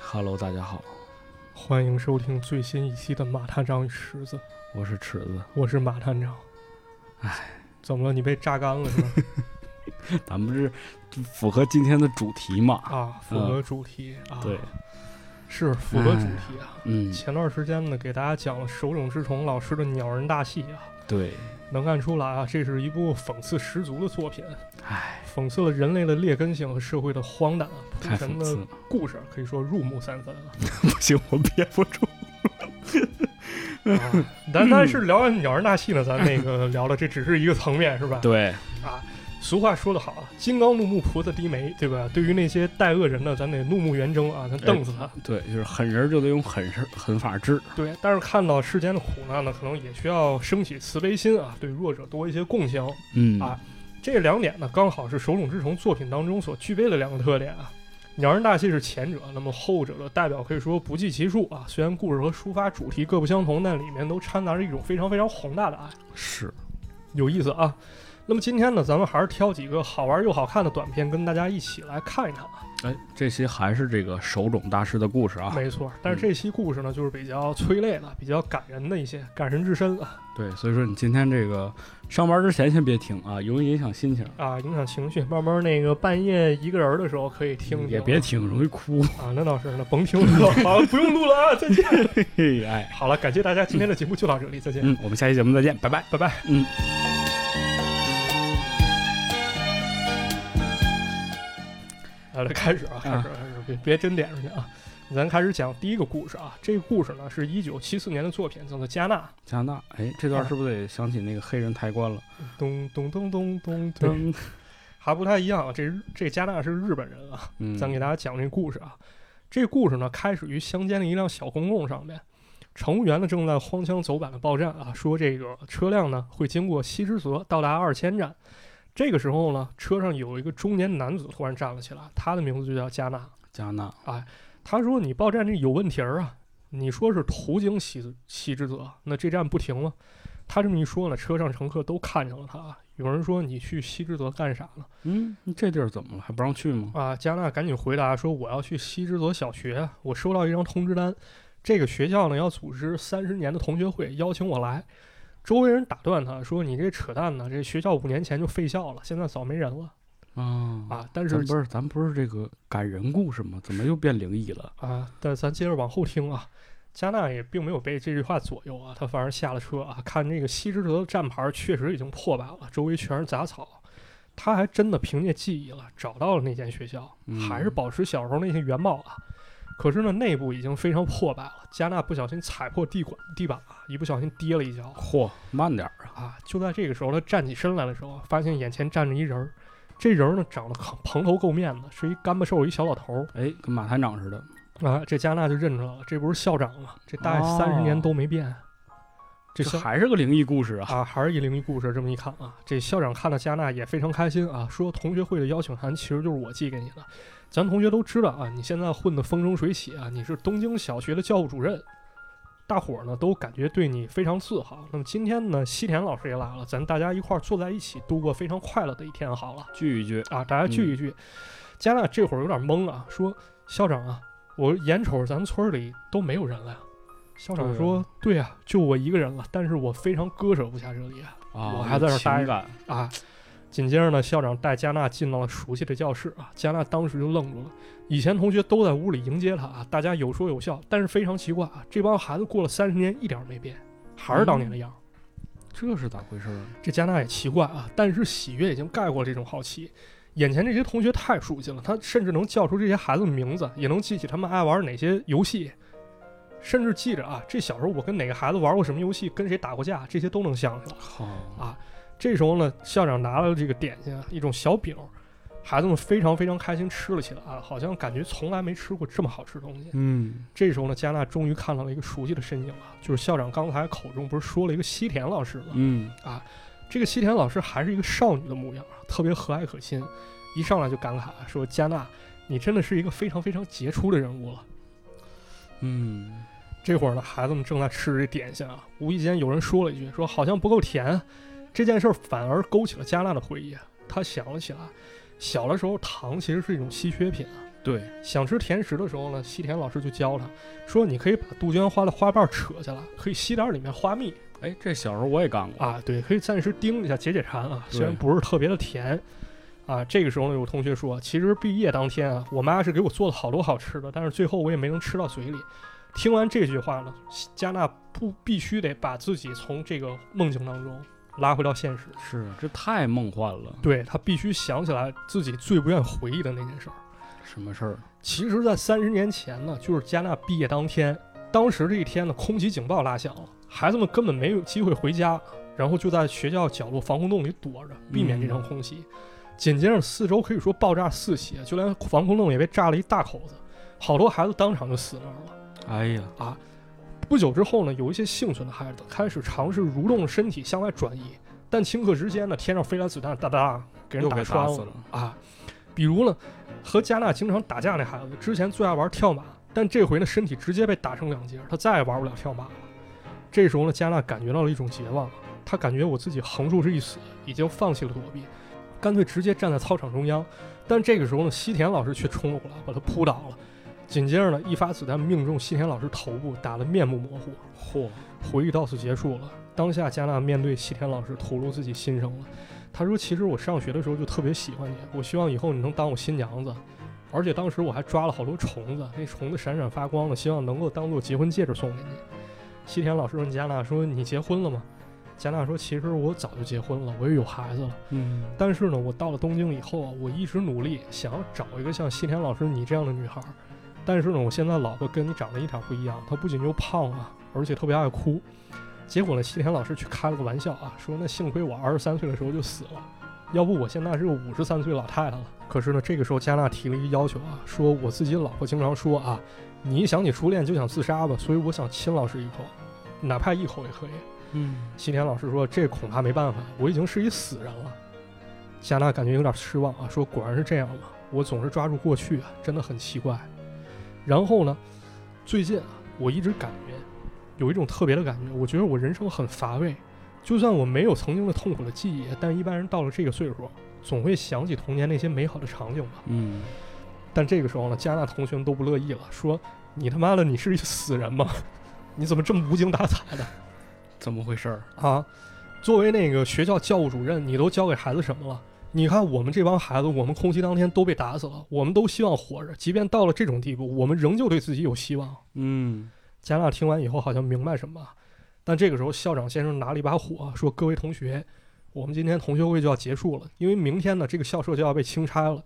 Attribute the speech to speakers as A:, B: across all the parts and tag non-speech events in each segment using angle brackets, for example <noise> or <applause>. A: Hello，大家好，
B: 欢迎收听最新一期的《马探长与池子》，
A: 我是池子。
B: 我是马探长。
A: 唉，
B: 怎么了？你被榨干了是吧？
A: 咱们是符合今天的主题嘛？ <laughs>
B: 啊，符合主题、啊，
A: 嗯对，
B: 是符合主题啊。
A: 嗯，
B: 前段时间呢，给大家讲了手冢治虫老师的《鸟人大戏》啊，
A: 对，
B: 能看出来啊，这是一部讽刺十足的作品，
A: 唉，
B: 讽刺了人类的劣根性和社会的荒诞啊，铺
A: 太
B: 陈
A: 讽刺
B: 的
A: 了，
B: 故事可以说入木三分啊。
A: <laughs> 不行，我憋不住。
B: 啊咱咱是聊完鸟人大戏呢，咱那个聊了，这只是一个层面是吧？
A: 对，
B: 俗话说得好啊，金刚怒目菩萨低眉，对吧？对于那些带恶人呢，咱得怒目圆睁啊，咱瞪死他。
A: 对，就是狠人就得用狠事狠法治。
B: 对，但是看到世间的苦难呢，可能也需要升起慈悲心啊，对弱者多一些共情。
A: 嗯，
B: 啊这两点呢，刚好是手冢治虫作品当中所具备的两个特点啊。鸟人大戏是前者，那么后者的代表可以说不计其数啊。虽然故事和书法主题各不相同，但里面都掺杂着一种非常非常宏大的爱。
A: 是，
B: 有意思啊。那么今天呢，咱们还是挑几个好玩又好看的短片，跟大家一起来看一看啊。
A: 哎，这期还是这个手冢大师的故事啊。
B: 没错，但是这期故事呢，就是比较催泪了，比较感人的一些，感人至深啊
A: 对，所以说你今天这个上班之前先别听啊，容易影响心情。
B: 啊，影响情绪。慢慢那个半夜一个人的时候可以听听，
A: 嗯也别听，容易 <laughs> 哭。
B: 啊，那倒是，那甭听了， <laughs> 好，不用录了啊，再见。
A: 嘿，哎，
B: 好了，感谢大家，今天的节目就到这里，再见。
A: 嗯，我们下期节目再见，拜拜。
B: 拜拜。
A: 嗯。
B: 好了，开始啊，开始，开始，别别真点出去啊！咱开始讲第一个故事啊。这个故事呢是一九七四年的作品，叫做《加纳
A: 加拿大，哎，这段是不是得想起那个黑人抬棺了？》。
B: 咚咚咚咚咚
A: 嗯
B: 咚，还不太一样啊。这这加纳是日本人啊。
A: 嗯，
B: 咱给大家讲这故事啊。这故事呢，开始于乡间的一辆小公共上面，乘务员呢正在荒腔走板的报站啊，说这个车辆呢会经过西之泽到达二千站。这个时候呢，车上有一个中年男子突然站了起来，他的名字就叫加纳。
A: 加纳，
B: 他说：“你报站这有问题儿啊！你说是途经西西之泽，那这站不停吗？”他这么一说呢，车上乘客都看上了他啊。有人说：“你去西之泽干啥呢？”
A: 嗯，这地儿怎么了？还不让去吗？
B: 啊，加纳赶紧回答说：“我要去西之佐小学，啊我收到一张通知单，这个学校呢要组织三十年的同学会，邀请我来。”周围人打断他说：“你这扯淡呢！这学校五年前就废校了，现在早没人了
A: 啊，
B: 啊！”但
A: 咱
B: 是
A: 不是咱不是这个感人故事吗？怎么又变灵异了？
B: 啊，但咱接着往后听啊，加纳也并没有被这句话左右啊，他反而下了车啊，看这个西之泽的站牌确实已经破败了，周围全是杂草，他还真的凭借记忆了找到了那间学校，还是
A: 嗯
B: 保持小时候那些原貌啊。可是呢，内部已经非常破败了。加纳不小心踩破地管地板啊，一不小心跌了一跤
A: 嚯，慢点儿啊！
B: 啊！就在这个时候，他站起身来的时候，发现眼前站着一人儿。这人儿呢，长得很蓬头垢面的，是一干巴瘦一小老头儿。
A: 哎，跟马探长似的。
B: 啊，这加纳就认出来了，这不是校长吗？这大爷三十年都没变，这
A: 这
B: 校
A: 还是个灵异故事啊！
B: 啊还是一灵异故事。这么一看啊，这校长看到加纳也非常开心啊，说同学会的邀请函其实就是我寄给你的，咱同学都知道啊，你现在混得风生水起啊，你是东京小学的教务主任。大伙儿呢都感觉对你非常自豪。那么今天呢，西田老师也来了，咱大家一块儿坐在一起度过非常快乐的一天好了。
A: 聚一聚，
B: 啊，大家聚一聚。加纳这会儿有点懵啊，说校长啊，我眼瞅着咱们村儿里都没有人了呀。校长
A: 对
B: 说：“对啊，就我一个人了，但是我非常割舍不下这里啊。
A: 啊，
B: 我还在这儿
A: 有
B: 待
A: 情
B: 着
A: 感，”
B: 啊，紧接着呢，校长带加纳进到了熟悉的教室啊。加纳当时就愣住了，以前同学都在屋里迎接他啊，大家有说有笑，但是非常奇怪啊，这帮孩子过了三十年一点儿没变，还是当年的样儿。
A: 这是咋回事儿？
B: 这加纳也奇怪啊，但是喜悦已经盖过了这种好奇。眼前这些同学太熟悉了，他甚至能叫出这些孩子的名字，也能记起他们爱玩哪些游戏，甚至记着啊，这小时候我跟哪个孩子玩过什么游戏，跟谁打过架，这些都能想起来。
A: 好，
B: 这时候呢，校长拿了这个点心，啊，一种小饼，孩子们非常非常开心吃了起来啊，好像感觉从来没吃过这么好吃的东西。
A: 嗯，
B: 这时候呢，加纳终于看到了一个熟悉的身影啊，就是校长刚才口中不是说了一个西田老师吗？
A: 嗯，
B: 这个西田老师还是一个少女的模样啊，特别和蔼可亲，一上来就感慨说：“加纳，你真的是一个非常非常杰出的人物了。
A: 嗯，”
B: 这会儿呢，孩子们正在吃这点心啊，无意间有人说了一句：“说好像不够甜。”这件事儿反而勾起了加纳的回忆，他想了起来，小的时候糖其实是一种稀缺品啊，
A: 对，
B: 想吃甜食的时候呢，西田老师就教他说，你可以把杜鹃花的花瓣扯下来，可以吸点儿里面花蜜
A: 哎，这小时候我也干过，
B: 啊，对，可以暂时叮一下解解馋啊，
A: 对
B: 虽然不是特别的甜。啊，这个时候呢，有同学说，其实毕业当天啊，我妈是给我做了好多好吃的，但是最后我也没能吃到嘴里。听完这句话呢，加纳不必须得把自己从这个梦境当中拉回到现实，
A: 是这太梦幻了，
B: 对他必须想起来自己最不愿回忆的那件事儿。
A: 什么事儿？
B: 其实，在三十年前呢，就是加纳毕业当天，当时这一天呢，空袭警报拉响了，孩子们根本没有机会回家，然后就在学校角落防空洞里躲着，避免
A: 嗯
B: 这场空袭。紧接着，四周可以说爆炸四起，啊就连防空洞也被炸了一大口子，好多孩子当场就死那儿了。
A: 哎呀，
B: 不久之后呢，有一些幸存的孩子开始尝试蠕动身体向外转移，但顷刻之间呢，天上飞来子弹，哒哒给人
A: 又给
B: 打
A: 打
B: 穿
A: 死了
B: 啊！比如呢，和加纳经常打架那孩子，之前最爱玩跳马，但这回呢，身体直接被打成两截，他再也玩不了跳马了。这时候呢，加纳感觉到了一种绝望，他感觉我自己横竖是一死，已经放弃了躲避，干脆直接站在操场中央。但这个时候呢，西田老师却冲了过来，把他扑倒了。紧接着呢，一发子弹命中西田老师头部，打得面目模糊。
A: 嚯，
B: 回忆到此结束了。当下，加纳面对西田老师吐露自己心声了。他说：“其实我上学的时候就特别喜欢你，我希望以后你能当我新娘子。而且当时我还抓了好多虫子，那虫子闪闪发光的，希望能够当做结婚戒指送给你。”西田老师问加纳说：“你结婚了吗？”加纳说：“其实我早就结婚了，我也有孩子了。”
A: 嗯，
B: 但是呢，我到了东京以后啊，我一直努力想要找一个像西田老师你这样的女孩儿。但是呢，我现在老婆跟你长得一点不一样，她不仅又胖啊，而且特别爱哭。结果呢，西田老师去开了个玩笑啊，说那幸亏我二十三岁的时候就死了，要不我现在是个五十三岁老太太了。可是呢，这个时候加纳提了一个要求啊，说我自己老婆经常说啊，你一想起初恋就想自杀吧，所以我想亲老师一口，哪怕一口也可以。
A: 嗯，
B: 西田老师说：“这恐怕没办法，我已经是一死人了。”加纳感觉有点失望啊，说：“果然是这样嘛，我总是抓住过去啊，真的很奇怪。”然后呢，最近啊，我一直感觉有一种特别的感觉，我觉得我人生很乏味。就算我没有曾经的痛苦的记忆，但一般人到了这个岁数，总会想起童年那些美好的场景吧。
A: 嗯，
B: 但这个时候呢，加纳同学们都不乐意了，说：“你他妈的，你是一死人吗？你怎么这么无精打采的？”
A: 怎么回事儿？
B: 啊，作为那个学校教务主任，你都教给孩子什么了？你看我们这帮孩子，我们空袭当天都被打死了，我们都希望活着，即便到了这种地步，我们仍旧对自己有希望。
A: 嗯，
B: 加纳听完以后好像明白什么，啊但这个时候校长先生拿了一把火，说：“各位同学，我们今天同学会就要结束了，因为明天呢，这个校舍就要被清拆了，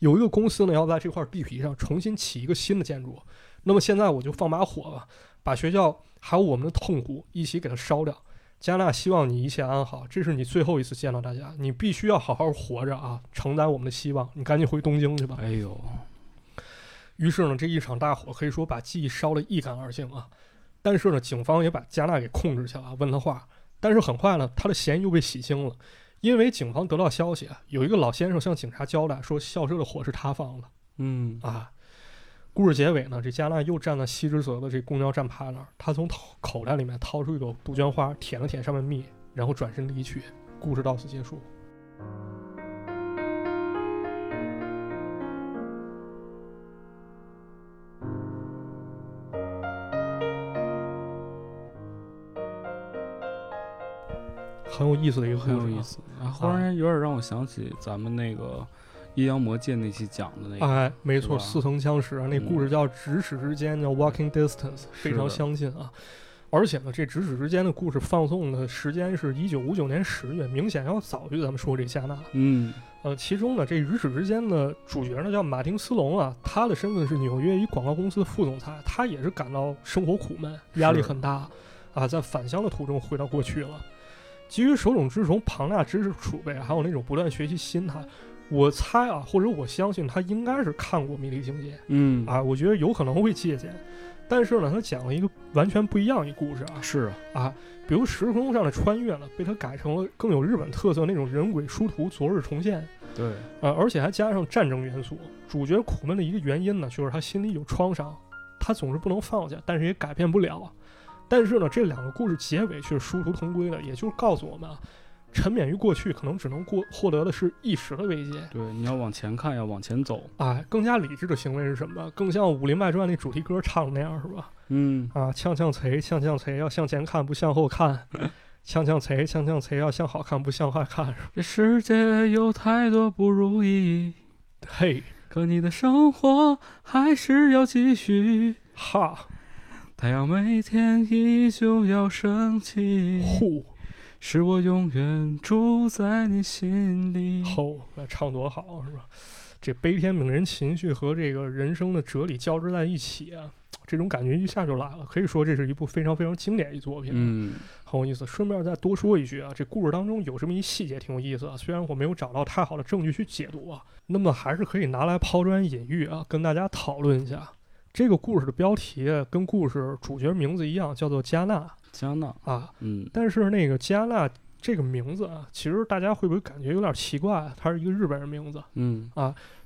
B: 有一个公司呢要在这块地皮上重新起一个新的建筑。那么现在我就放把火吧，把学校还有我们的痛苦一起给它烧掉。”加纳希望你一切安好，这是你最后一次见到大家，你必须要好好活着啊，承载我们的希望。你赶紧回东京去吧。
A: 哎呦，
B: 于是呢，这一场大火可以说把记忆烧得一干二净啊。但是呢，警方也把加纳给控制下来，问他话。但是很快呢，他的嫌疑又被洗清了，因为警方得到消息，啊，有一个老先生向警察交代说，校舍的火是他放的
A: 嗯，
B: 啊。故事结尾呢，这加纳又站在西之泽的这公交站牌那儿，他从口口袋里面掏出一朵杜鹃花，舔了舔上面蜜，然后转身离去。故事到此结束。很有意思的一个故事、
A: 很
B: 啊，
A: 有意思。啊，忽然间有点让我想起咱们那个《阴阳魔界》那期讲的那个，
B: 哎，没
A: 对
B: 错，
A: 吧
B: 似曾相识啊，那
A: 嗯
B: 故事叫《咫尺之间》，叫 Walking Distance，
A: 是
B: 非常
A: 的
B: 相近啊。而且呢，这《咫尺之间》的故事放送的时间是一九五九年十月，明显要早于咱们说这加纳。
A: 嗯，
B: 呃，其中呢，这《咫尺之间》的主角呢叫马丁·斯隆啊，他的身份是纽约一广告公司副总裁，他也是感到生活苦闷，压力
A: 是
B: 很大啊，在返乡的途中回到过去了。基于手冢治虫庞大知识储备，还有那种不断学习心态，我猜啊，或者我相信他应该是看过《迷离境界》
A: 嗯，
B: 啊，我觉得有可能会借鉴。但是呢，他讲了一个完全不一样一故事啊，
A: 是啊，
B: 比如时空上的穿越了，被他改成了更有日本特色那种人鬼殊途、昨日重现。
A: 对，
B: 呃，而且还加上战争元素。主角苦闷的一个原因呢，就是他心里有创伤，他总是不能放下，但是也改变不了。但是呢，这两个故事结尾却是殊途同归的，也就是告诉我们啊，沉湎于过去，可能只能过获得的是一时的慰藉。
A: 对，你要往前看，要往前走。
B: 啊，更加理智的行为是什么？更像《武林外传》那主题歌唱的那样，是吧？
A: 嗯，
B: 啊，呛呛贼，呛呛贼，要向前看，不向后看。呛呛贼，呛呛贼，要向好看，不向坏看。
A: 这世界有太多不如意，
B: <laughs> 嘿，
A: 可你的生活还是要继续。
B: 哈，
A: 太阳每天依旧要升起，
B: 呼，
A: 是我永远住在你心里。
B: 吼，哦那唱多好，是吧？这悲天悯人情绪和这个人生的哲理交织在一起啊，这种感觉一下就来了。可以说，这是一部非常非常经典一作品。
A: 嗯，
B: 很有意思。顺便再多说一句啊，这故事当中有这么一细节挺有意思啊，虽然我没有找到太好的证据去解读啊，那么还是可以拿来抛砖引玉啊，跟大家讨论一下。这个故事的标题跟故事主角名字一样，叫做加纳
A: 加纳，
B: 啊。
A: 嗯，
B: 但是那个加纳这个名字啊，其实大家会不会感觉有点奇怪啊？它是一个日本人名字，
A: 嗯，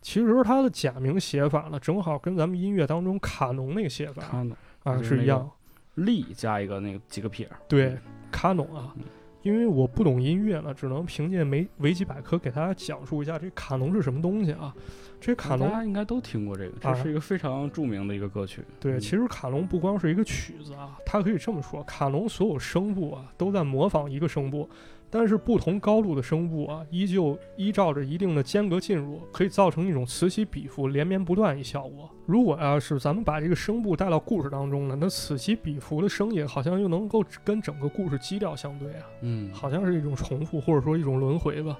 B: 其实它的假名写法呢，正好跟咱们音乐当中卡农那个写法
A: 卡农，
B: 啊
A: 就是那
B: 是
A: 个
B: 一样。
A: 利加一个那个几个撇儿。
B: 对，卡农啊
A: 嗯，
B: 因为我不懂音乐呢，只能凭借维维基百科给大家讲述一下这卡农是什么东西啊。这
A: 大
B: 卡农，
A: 家应该都听过这个，
B: 啊
A: 这是一个非常著名的一个歌曲。
B: 对，
A: 嗯
B: 其实卡农不光是一个曲子啊，它可以这么说，卡农所有声部啊都在模仿一个声部，但是不同高度的声部啊，依旧依照着一定的间隔进入，可以造成一种此起彼伏、连绵不断一效果。如果要、是咱们把这个声部带到故事当中呢，那此起彼伏的声音好像又能够跟整个故事基调相对啊。
A: 嗯，
B: 好像是一种重复或者说一种轮回吧，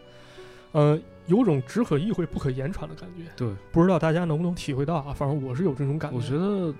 B: 呃，有种只可意会不可言传的感觉。
A: 对，
B: 不知道大家能不能体会到啊？反正我是有这种感觉。
A: 我觉得，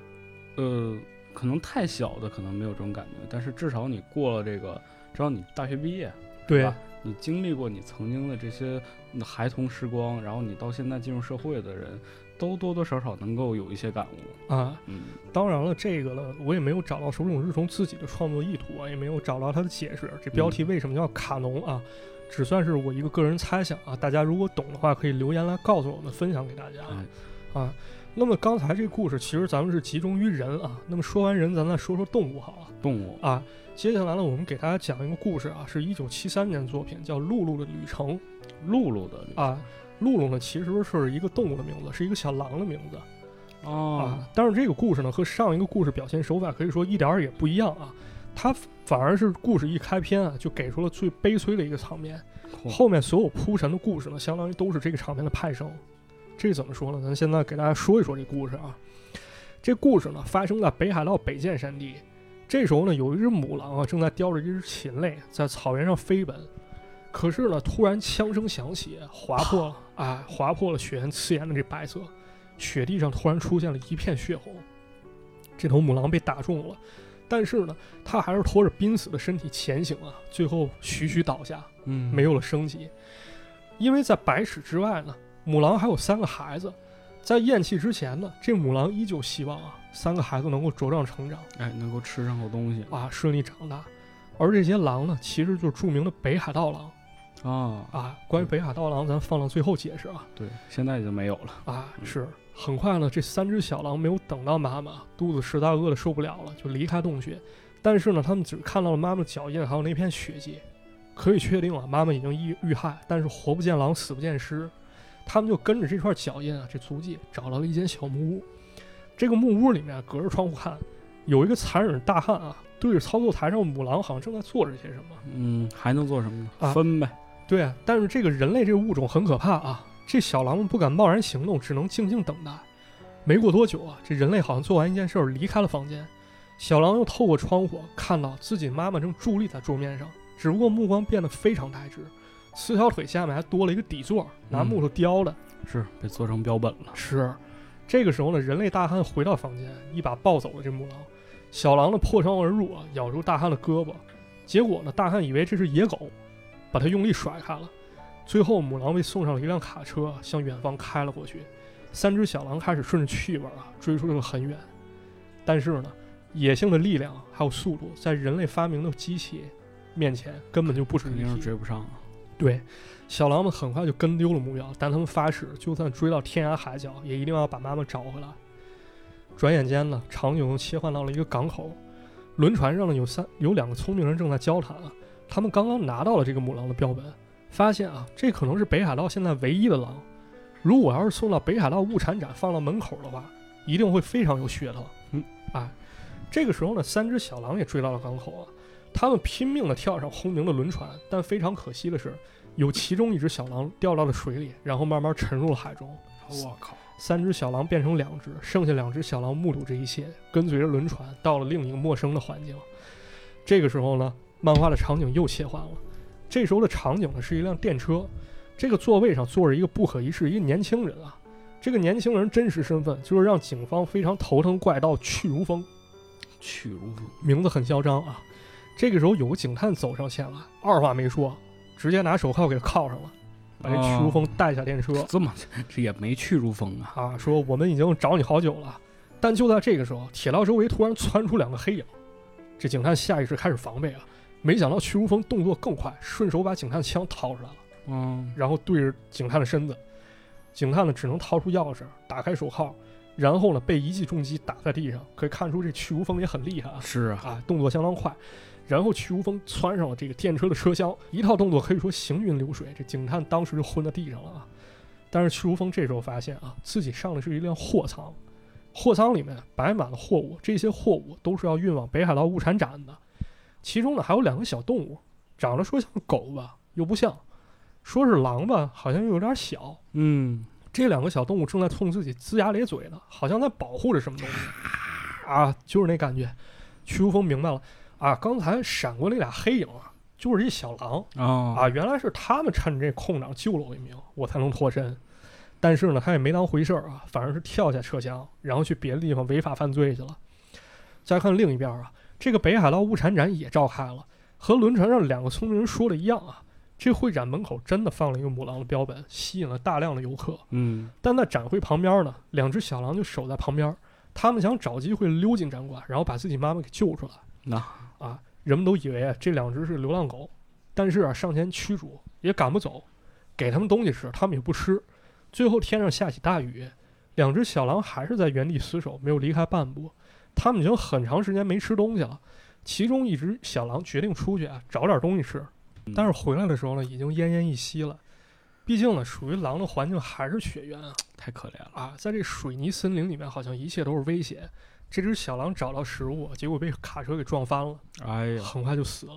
A: 呃，可能太小的可能没有这种感觉，但是至少你过了这个，至少你大学毕业，
B: 对
A: 吧你经历过你曾经的这些嗯孩童时光，然后你到现在进入社会的人，都多多少少能够有一些感悟。
B: 啊，
A: 嗯，
B: 当然了，这个呢，我也没有找到手冢治虫自己的创作意图啊，也没有找到他的解释。这标题为什么叫卡农啊？只算是我一个个人猜想啊，大家如果懂的话，可以留言来告诉我们，分享给大家啊。啊，那么刚才这故事其实咱们是集中于人啊，那么说完人，咱再说说动物好了。
A: 动物，
B: 啊，接下来呢，我们给大家讲一个故事啊，是一九七三年的作品，叫《露露的旅程》
A: 露露的旅程
B: 啊。露露呢，其实是一个动物的名字，是一个小狼的名字
A: 哦
B: 啊。但是这个故事呢，和上一个故事表现手法可以说一点儿也不一样啊。它反而是故事一开篇啊，就给出了最悲催的一个场面。
A: 嚯
B: 后面所有铺陈的故事呢，相当于都是这个场面的派生。这怎么说呢？咱现在给大家说一说这故事啊。这故事呢，发生在北海道北见山地。这时候呢，有一只母狼啊，正在叼着一只禽类在草原上飞奔。可是呢，突然枪声响起，划破啊，划破了雪原刺眼的这白色，雪地上突然出现了一片血红。这头母狼被打中了，但是呢，它还是拖着濒死的身体前行啊，最后徐徐倒下。
A: 嗯，
B: 没有了生机。因为在百尺之外呢，母狼还有三个孩子，在咽气之前呢，这母狼依旧希望啊，三个孩子能够茁壮成长
A: 哎，能够吃上口东西
B: 啊，顺利长大。而这些狼呢，其实就是著名的北海道狼
A: 啊，
B: 啊。关于北海道狼，咱放到最后解释啊。
A: 对，现在已经没有了。
B: 啊，是很快呢，这三只小狼没有等到妈妈，肚子实在饿得受不了了，就离开洞穴。但是呢，他们只看到了妈妈的脚印，还有那片血迹，可以确定啊，妈妈已经遇遇害，但是活不见狼，死不见尸。他们就跟着这串脚印啊，这足迹找到了一间小木屋。这个木屋里面啊隔着窗户看，有一个残忍的大汉啊，对着操作台上的母狼好像正在做着些什么。
A: 嗯，还能做什么呢？
B: 啊
A: 分呗。
B: 对啊，但是这个人类这个物种很可怕啊，这小狼们不敢贸然行动，只能静静等待。没过多久啊，这人类好像做完一件事儿离开了房间，小狼又透过窗户看到自己妈妈正伫立在桌面上，只不过目光变得非常呆滞，四条腿下面还多了一个底座，拿木头雕的。
A: 是被做成标本了。
B: 是，这个时候呢，人类大汉回到房间，一把抱走了这母狼。小狼呢破窗而入啊，咬住大汉的胳膊，结果呢，大汉以为这是野狗，把它用力甩开了。最后，母狼被送上了一辆卡车，向远方开了过去。三只小狼开始顺着气味啊追出了很远，但是呢，野性的力量还有速度，在人类发明的机器面前根本就不值
A: 肯
B: 一
A: 定是
B: 提。
A: 追不上了。
B: 对，小狼们很快就跟丢了目标，但他们发誓，就算追到天涯海角，也一定要把妈妈找回来。转眼间呢，场景又切换到了一个港口，轮船上呢有三有两个聪明人正在交谈啊。他们刚刚拿到了这个母狼的标本，发现啊，这可能是北海道现在唯一的狼。如果要是送到北海道物产展放到门口的话，一定会非常有噱头。
A: 嗯，
B: 哎，这个时候呢，三只小狼也追到了港口啊，它们拼命地跳上轰鸣的轮船，但非常可惜的是，有其中一只小狼掉到了水里，然后慢慢沉入了海中。
A: 我靠，
B: 三只小狼变成两只，剩下两只小狼目睹这一切，跟随着轮船到了另一个陌生的环境。这个时候呢，漫画的场景又切换了。这时候的场景呢是一辆电车，这个座位上坐着一个不可一世一个年轻人啊。这个年轻人真实身份就是让警方非常头疼怪盗去如风，
A: 去如风，
B: 名字很嚣张啊。这个时候有个警探走上前来，二话没说，直接拿手铐给铐上了，把这
A: 哦
B: 去如风带下电车。
A: 啊这么这也没去如风啊，
B: 啊，说我们已经找你好久了。但就在这个时候，铁道周围突然窜出两个黑影，这警探下意识开始防备啊。没想到徐如风动作更快，顺手把警探枪掏出来了，
A: 嗯，
B: 然后对着警探的身子。警探呢，只能掏出钥匙，打开手铐，然后呢被一记重击打在地上。可以看出这徐如风也很厉害啊，
A: 是啊，
B: 啊，动作相当快。然后徐如风窜上了这个电车的车厢，一套动作可以说行云流水。这警探当时就昏在地上了啊！但是徐如风这时候发现啊，自己上的是一辆货仓，货仓里面摆满了货物，这些货物都是要运往北海道物产展的。其中呢还有两个小动物，长得说像狗吧，又不像；说是狼吧，好像又有点小。
A: 嗯，
B: 这两个小动物正在冲自己龇牙咧嘴呢，好像在保护着什么东西啊，就是那感觉。屈如风明白了啊，刚才闪过那俩黑影啊，就是一小狼
A: 啊，
B: 啊，原来是他们趁着这空档救了我一命，我才能脱身。但是呢，他也没当回事儿啊，反而是跳下车厢，然后去别的地方违法犯罪去了。再看另一边啊，这个北海道物产展也召开了，和轮船上两个聪明人说的一样啊，这会展门口真的放了一个母狼的标本，吸引了大量的游客。
A: 嗯，
B: 但在展会旁边呢，两只小狼就守在旁边，他们想找机会溜进展馆，然后把自己妈妈给救出来。
A: 那
B: 啊，人们都以为啊这两只是流浪狗，但是啊上前驱逐也赶不走，给他们东西吃，他们也不吃。最后天上下起大雨，两只小狼还是在原地死守，没有离开半步。他们已经很长时间没吃东西了。其中一只小狼决定出去啊找点东西吃，但是回来的时候呢，已经奄奄一息了。毕竟呢，属于狼的环境还是雪原啊，
A: 太可怜了，
B: 啊，在这水泥森林里面，好像一切都是危险。这只小狼找到食物，结果被卡车给撞翻了，
A: 哎呀，
B: 很快就死了。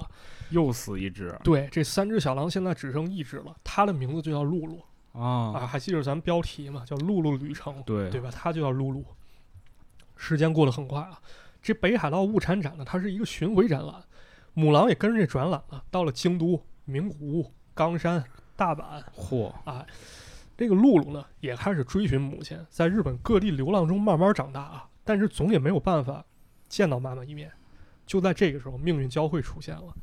A: 又死一只
B: 对，这三只小狼现在只剩一只了，它的名字就叫露露
A: 啊，
B: 啊，还记得咱们标题嘛，叫《露露旅程》，
A: 对
B: 对吧？它就叫露露。时间过得很快啊，这北海道物产展呢，它是一个巡回展览，母狼也跟着这展览了，到了京都、名古屋、冈山、大阪，
A: 嚯，
B: 这个露露呢，也开始追寻母亲，在日本各地流浪中慢慢长大啊，但是总也没有办法见到妈妈一面。就在这个时候，命运交汇出现了。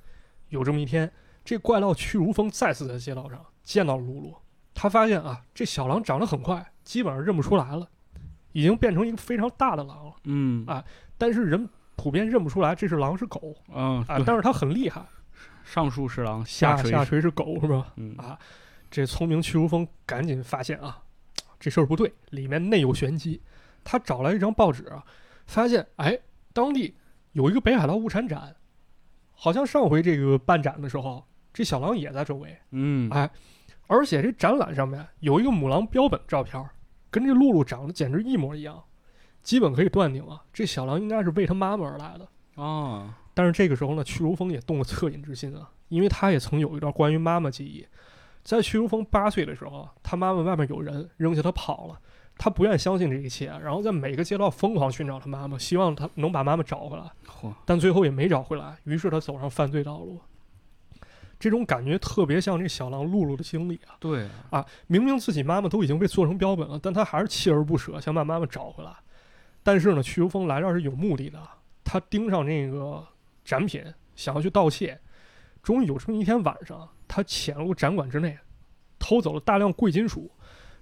B: 有这么一天，这怪盗屈如风再次在街道上见到露露，他发现啊，这小狼长得很快，基本上认不出来了，已经变成一个非常大的狼了。
A: 嗯
B: 啊但是人普遍认不出来这是狼是狗
A: 嗯，
B: 啊，
A: 对
B: 但是它很厉害，
A: 上树是狼，
B: 下
A: 垂
B: 下
A: 是
B: 垂是狗是吧？
A: 啊嗯
B: 啊这聪明屈如风赶紧发现啊，这事儿不对，里面内有玄机。他找来一张报纸啊，发现哎，当地有一个北海道物产展，好像上回这个办展的时候，这小狼也在周围，
A: 嗯
B: 哎，而且这展览上面有一个母狼标本照片儿，跟这露露长得简直一模一样，基本可以断定啊，这小狼应该是为他妈妈而来的。
A: 啊，
B: 但是这个时候呢，屈如风也动了恻隐之心啊，因为他也曾有一段关于妈妈记忆。在屈如风八岁的时候啊，他妈妈外面有人扔下他跑了，他不愿相信这一切，啊然后在每个街道疯狂寻找他妈妈，希望他能把妈妈找回来，
A: 嚯，
B: 但最后也没找回来，于是他走上犯罪道路。这种感觉特别像这小狼露露的经历啊
A: 对啊，
B: 啊！明明自己妈妈都已经被做成标本了，但他还是锲而不舍，想把妈妈找回来。但是呢，屈如风来这儿是有目的的，他盯上那个展品，想要去盗窃。终于有这么一天晚上，他潜入展馆之内，偷走了大量贵金属。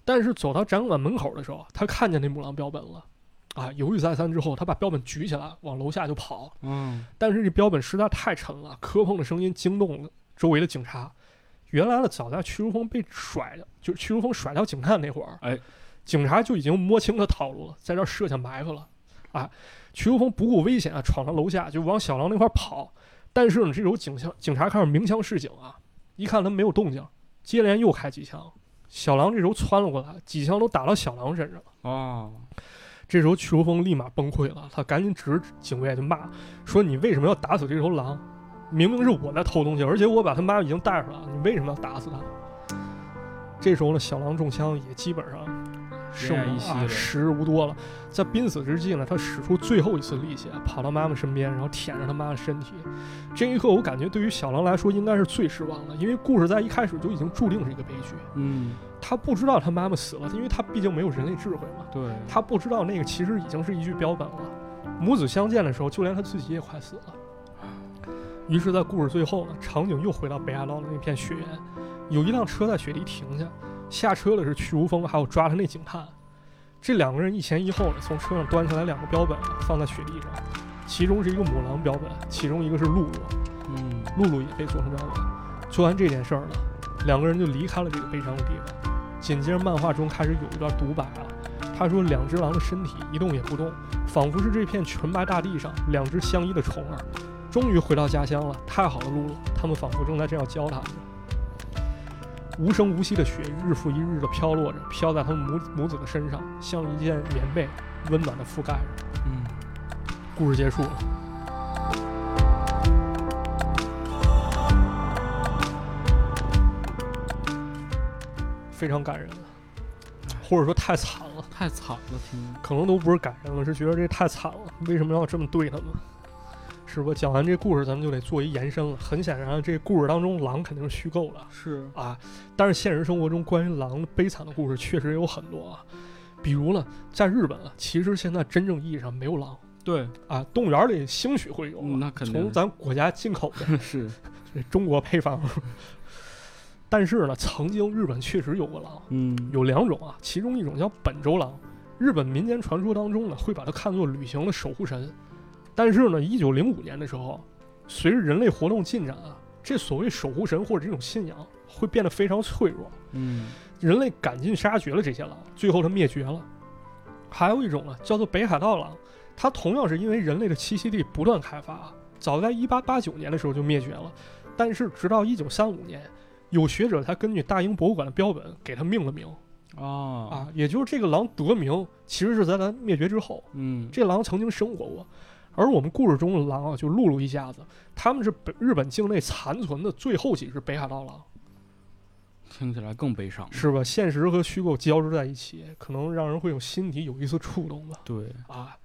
B: 但是走到展馆门口的时候，他看见那母狼标本了，啊，犹豫再三之后，他把标本举起来，往楼下就跑。
A: 嗯，
B: 但是这标本实在太沉了，磕碰的声音惊动了周围的警察。原来呢，早在屈如风被甩的，就是屈如风甩掉警探那会儿，
A: 哎，
B: 警察就已经摸清他套路了，哎在这儿设下埋伏了。啊，屈如风不顾危险啊，闯到楼下就往小狼那块儿跑。但是呢，这时候警校警察看着鸣枪示警啊，一看他没有动静，接连又开几枪。小狼这时候窜了过来，几枪都打到小狼身上了。
A: 哦，
B: 这时候屈如风立马崩溃了，他赶紧指着警卫就骂说：“你为什么要打死这头狼？明明是我在偷东西，而且我把他妈已经带出来了，你为什么要打死他？”这时候呢，小狼中枪也基本上剩
A: 奄奄一息
B: 啊
A: 了
B: 时日无多了。在濒死之际呢，他使出最后一丝力气，跑到妈妈身边，然后舔着他妈的身体。这一刻，我感觉对于小狼来说应该是最失望的，因为故事在一开始就已经注定是一个悲剧。
A: 嗯，
B: 他不知道他妈妈死了，因为他毕竟没有人类智慧嘛。
A: 对，
B: 他不知道那个其实已经是一句标本了。母子相见的时候，就连他自己也快死了。于是，在故事最后呢，场景又回到北海道的那片雪原，有一辆车在雪地停下，下车的是屈无风，还有抓他那警探。这两个人一前一后的从车上端下来两个标本，放在雪地上，其中是一个母狼标本，其中一个是露露。
A: 嗯，
B: 露露也被做成标本。做完这件事儿呢，两个人就离开了这个悲伤的地方。紧接着，漫画中开始有一段独白啊，他说两只狼的身体一动也不动，仿佛是这片纯白大地上两只相依的虫儿。终于回到家乡了，太好了，露露！他们仿佛正在这样教他们。无声无息的雪日复一日地飘落着，飘在他们母母子的身上，像一件棉被，温暖地覆盖着。
A: 嗯。
B: 故事结束了。非常感人，或者说太惨了，
A: 太惨了，听着
B: 可能都不是感人了，是觉得这太惨了，为什么要这么对他们？是不？讲完这故事，咱们就得做一延伸了。很显然，这故事当中狼肯定是虚构的，
A: 是，
B: 啊，但是现实生活中关于狼悲惨的故事确实也有很多啊，比如呢，在日本啊，其实现在真正意义上没有狼
A: 对，
B: 啊，动物园里兴许会有啊、
A: 嗯那肯
B: 从
A: 定
B: 咱国家进口的
A: 是，
B: 这中国配方。 <laughs> 但是呢，曾经日本确实有过狼，
A: 嗯，
B: 有两种啊，其中一种叫本州狼，日本民间传说当中呢，会把它看作旅行的守护神。但是呢，一九零五年的时候，随着人类活动进展啊，这所谓守护神或者这种信仰会变得非常脆弱。
A: 嗯，
B: 人类赶尽杀绝了这些狼，最后它灭绝了。还有一种呢，叫做北海道狼，它同样是因为人类的栖息地不断开发，啊早在1889年的时候就灭绝了，但是直到1935年，有学者才根据大英博物馆的标本给它命了名
A: 啊，
B: 啊，也就是这个狼得名其实是在它灭绝之后，
A: 嗯，
B: 这狼曾经生活过。而我们故事中的狼啊，就露露一家子，他们是北日本境内残存的最后几只北海道狼。
A: 听起来更悲伤。
B: 是吧？现实和虚构交织在一起，可能让人会有心底有一丝触动吧。
A: 对，
B: 啊，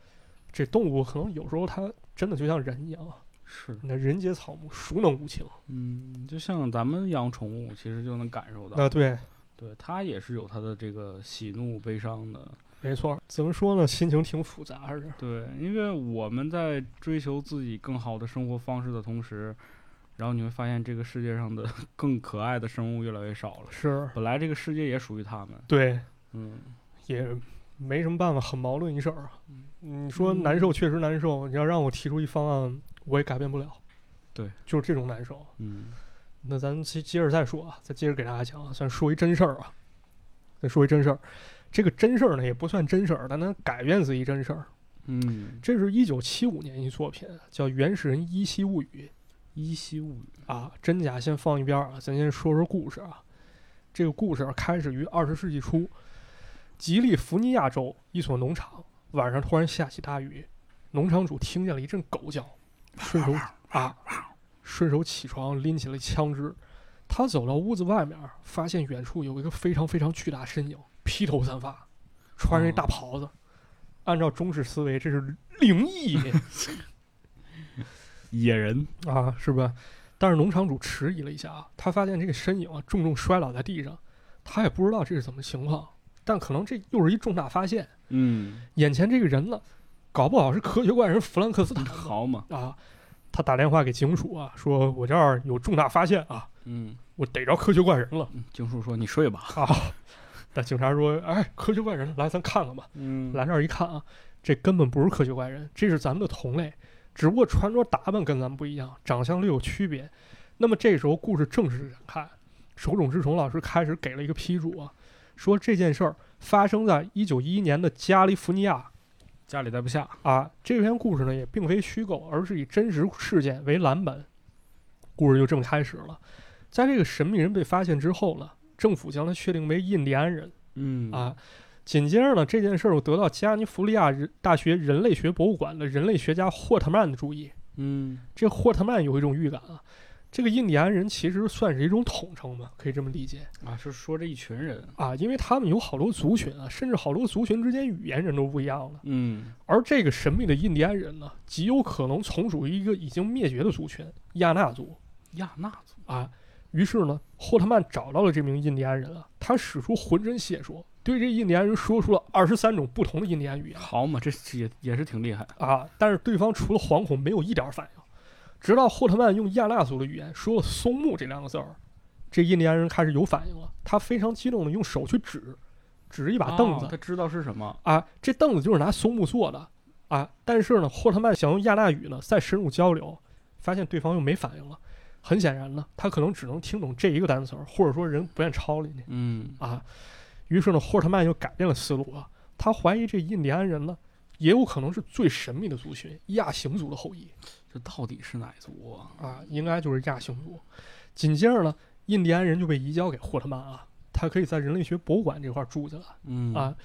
B: 这动物可能有时候它真的就像人一样啊，
A: 是，
B: 那人皆草木，孰能无情？
A: 嗯，就像咱们养宠物，其实就能感受到，
B: 啊，对，
A: 对，它也是有它的这个喜怒悲伤的。
B: 没错。怎么说呢？心情挺复杂是。
A: 对，因为我们在追求自己更好的生活方式的同时，然后你会发现这个世界上的 <laughs> 更可爱的生物越来越少了。
B: 是，
A: 本来这个世界也属于它们，
B: 对，
A: 嗯，
B: 也没什么办法，很矛盾一事儿啊。你说
A: 嗯
B: 难受，确实难受。你要让我提出一方案，我也改变不了。
A: 对，
B: 就是这种难受。
A: 嗯，
B: 那咱接接着再说啊，再接着给大家讲啊，算说一真事儿啊，再说一真事儿。这个真事儿呢，也不算真事儿，但它改变自己真事儿。
A: 嗯，
B: 这是一九七五年一作品，叫《原始人依稀物语
A: 依稀物语，》
B: 啊，真假先放一边儿啊，咱先说说故事啊。这个故事啊开始于二十世纪初，吉利福尼亚州一所农场，晚上突然下起大雨，农场主听见了一阵狗叫，顺手啊，顺手起床拎起了枪支。他走到屋子外面，发现远处有一个非常非常巨大身影，披头散发，穿着一大袍子。按照中式思维，这是灵异
A: 野人，
B: <laughs> 啊，是吧？但是农场主迟疑了一下啊，他发现这个身影啊重重摔倒在地上，他也不知道这是怎么情况，但可能这又是一重大发现。
A: 嗯，
B: 眼前这个人呢，搞不好是科学怪人弗兰克斯坦呢
A: 好嘛，
B: 啊。他打电话给警署啊，说我这儿有重大发现啊，
A: 嗯，
B: 我逮着科学怪人了
A: 嗯警叔说你睡吧，
B: 啊。 <laughs> 但警察说，哎，科学怪人，来咱看看吧。
A: 嗯
B: 来这儿一看啊，这根本不是科学怪人，这是咱们的同类，只不过穿着打扮跟咱们不一样，长相略有区别。那么这时候故事正式展开，手冢治虫老师开始给了一个批注啊，说这件事儿发生在一九一一年的加利福尼亚
A: 家里待不下，
B: 啊。这篇故事呢也并非虚构，而是以真实事件为蓝本，故事就这么开始了。在这个神秘人被发现之后呢，政府将他确定为印第安人
A: 嗯
B: 啊。紧接着呢，这件事儿又得到加利福利亚人大学人类学博物馆的人类学家霍特曼的注意。
A: 嗯
B: 这霍特曼有一种预感啊，这个印第安人其实算是一种统称嘛，可以这么理解
A: 啊，是说这一群人，
B: 啊，因为他们有好多族群啊，甚至好多族群之间语言人都不一样了。
A: 嗯
B: 而这个神秘的印第安人呢，极有可能从属于一个已经灭绝的族群——亚纳族
A: 亚纳族，
B: 啊。于是呢，霍特曼找到了这名印第安人啊，他使出浑身解数，对这印第安人说出了二十三种不同的印第安语言
A: 好嘛，这也也是挺厉害，
B: 啊，但是对方除了惶恐，没有一点反应。直到霍特曼用亚纳族的语言说了“松木”这两个字儿，这印第安人开始有反应了，他非常激动的用手去指，指一把凳子
A: 哦，他知道是什么，
B: 啊，这凳子就是拿松木做的啊。但是呢，霍特曼想用亚纳语呢再深入交流，发现对方又没反应了。很显然呢，他可能只能听懂这一个单词儿，或者说人不愿抄人家
A: 嗯
B: 啊。于是呢，霍特曼又改变了思路啊，他怀疑这印第安人呢也有可能是最神秘的族群——亚型族的后裔
A: 这到底是哪一族啊？
B: 啊，应该就是亚型族。紧接着呢，印第安人就被移交给霍特曼啊，他可以在人类学博物馆这块儿住去了。
A: 嗯
B: 啊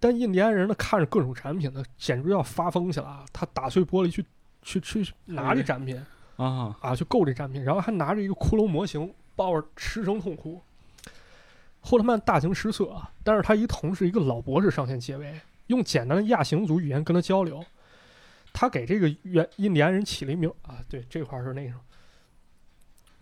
B: 但印第安人呢，看着各种产品呢，简直要发疯去了啊！他打碎玻璃去去去拿这展品
A: 啊，
B: 啊，去购这展品，然后还拿着一个骷髅模型，抱着失声痛哭。霍特曼大惊失色啊！但是他一同事一个老博士上前结围，用简单的亚型族语言跟他交流。他给这个原印第安人起了一名啊，对，这块儿是那个什么。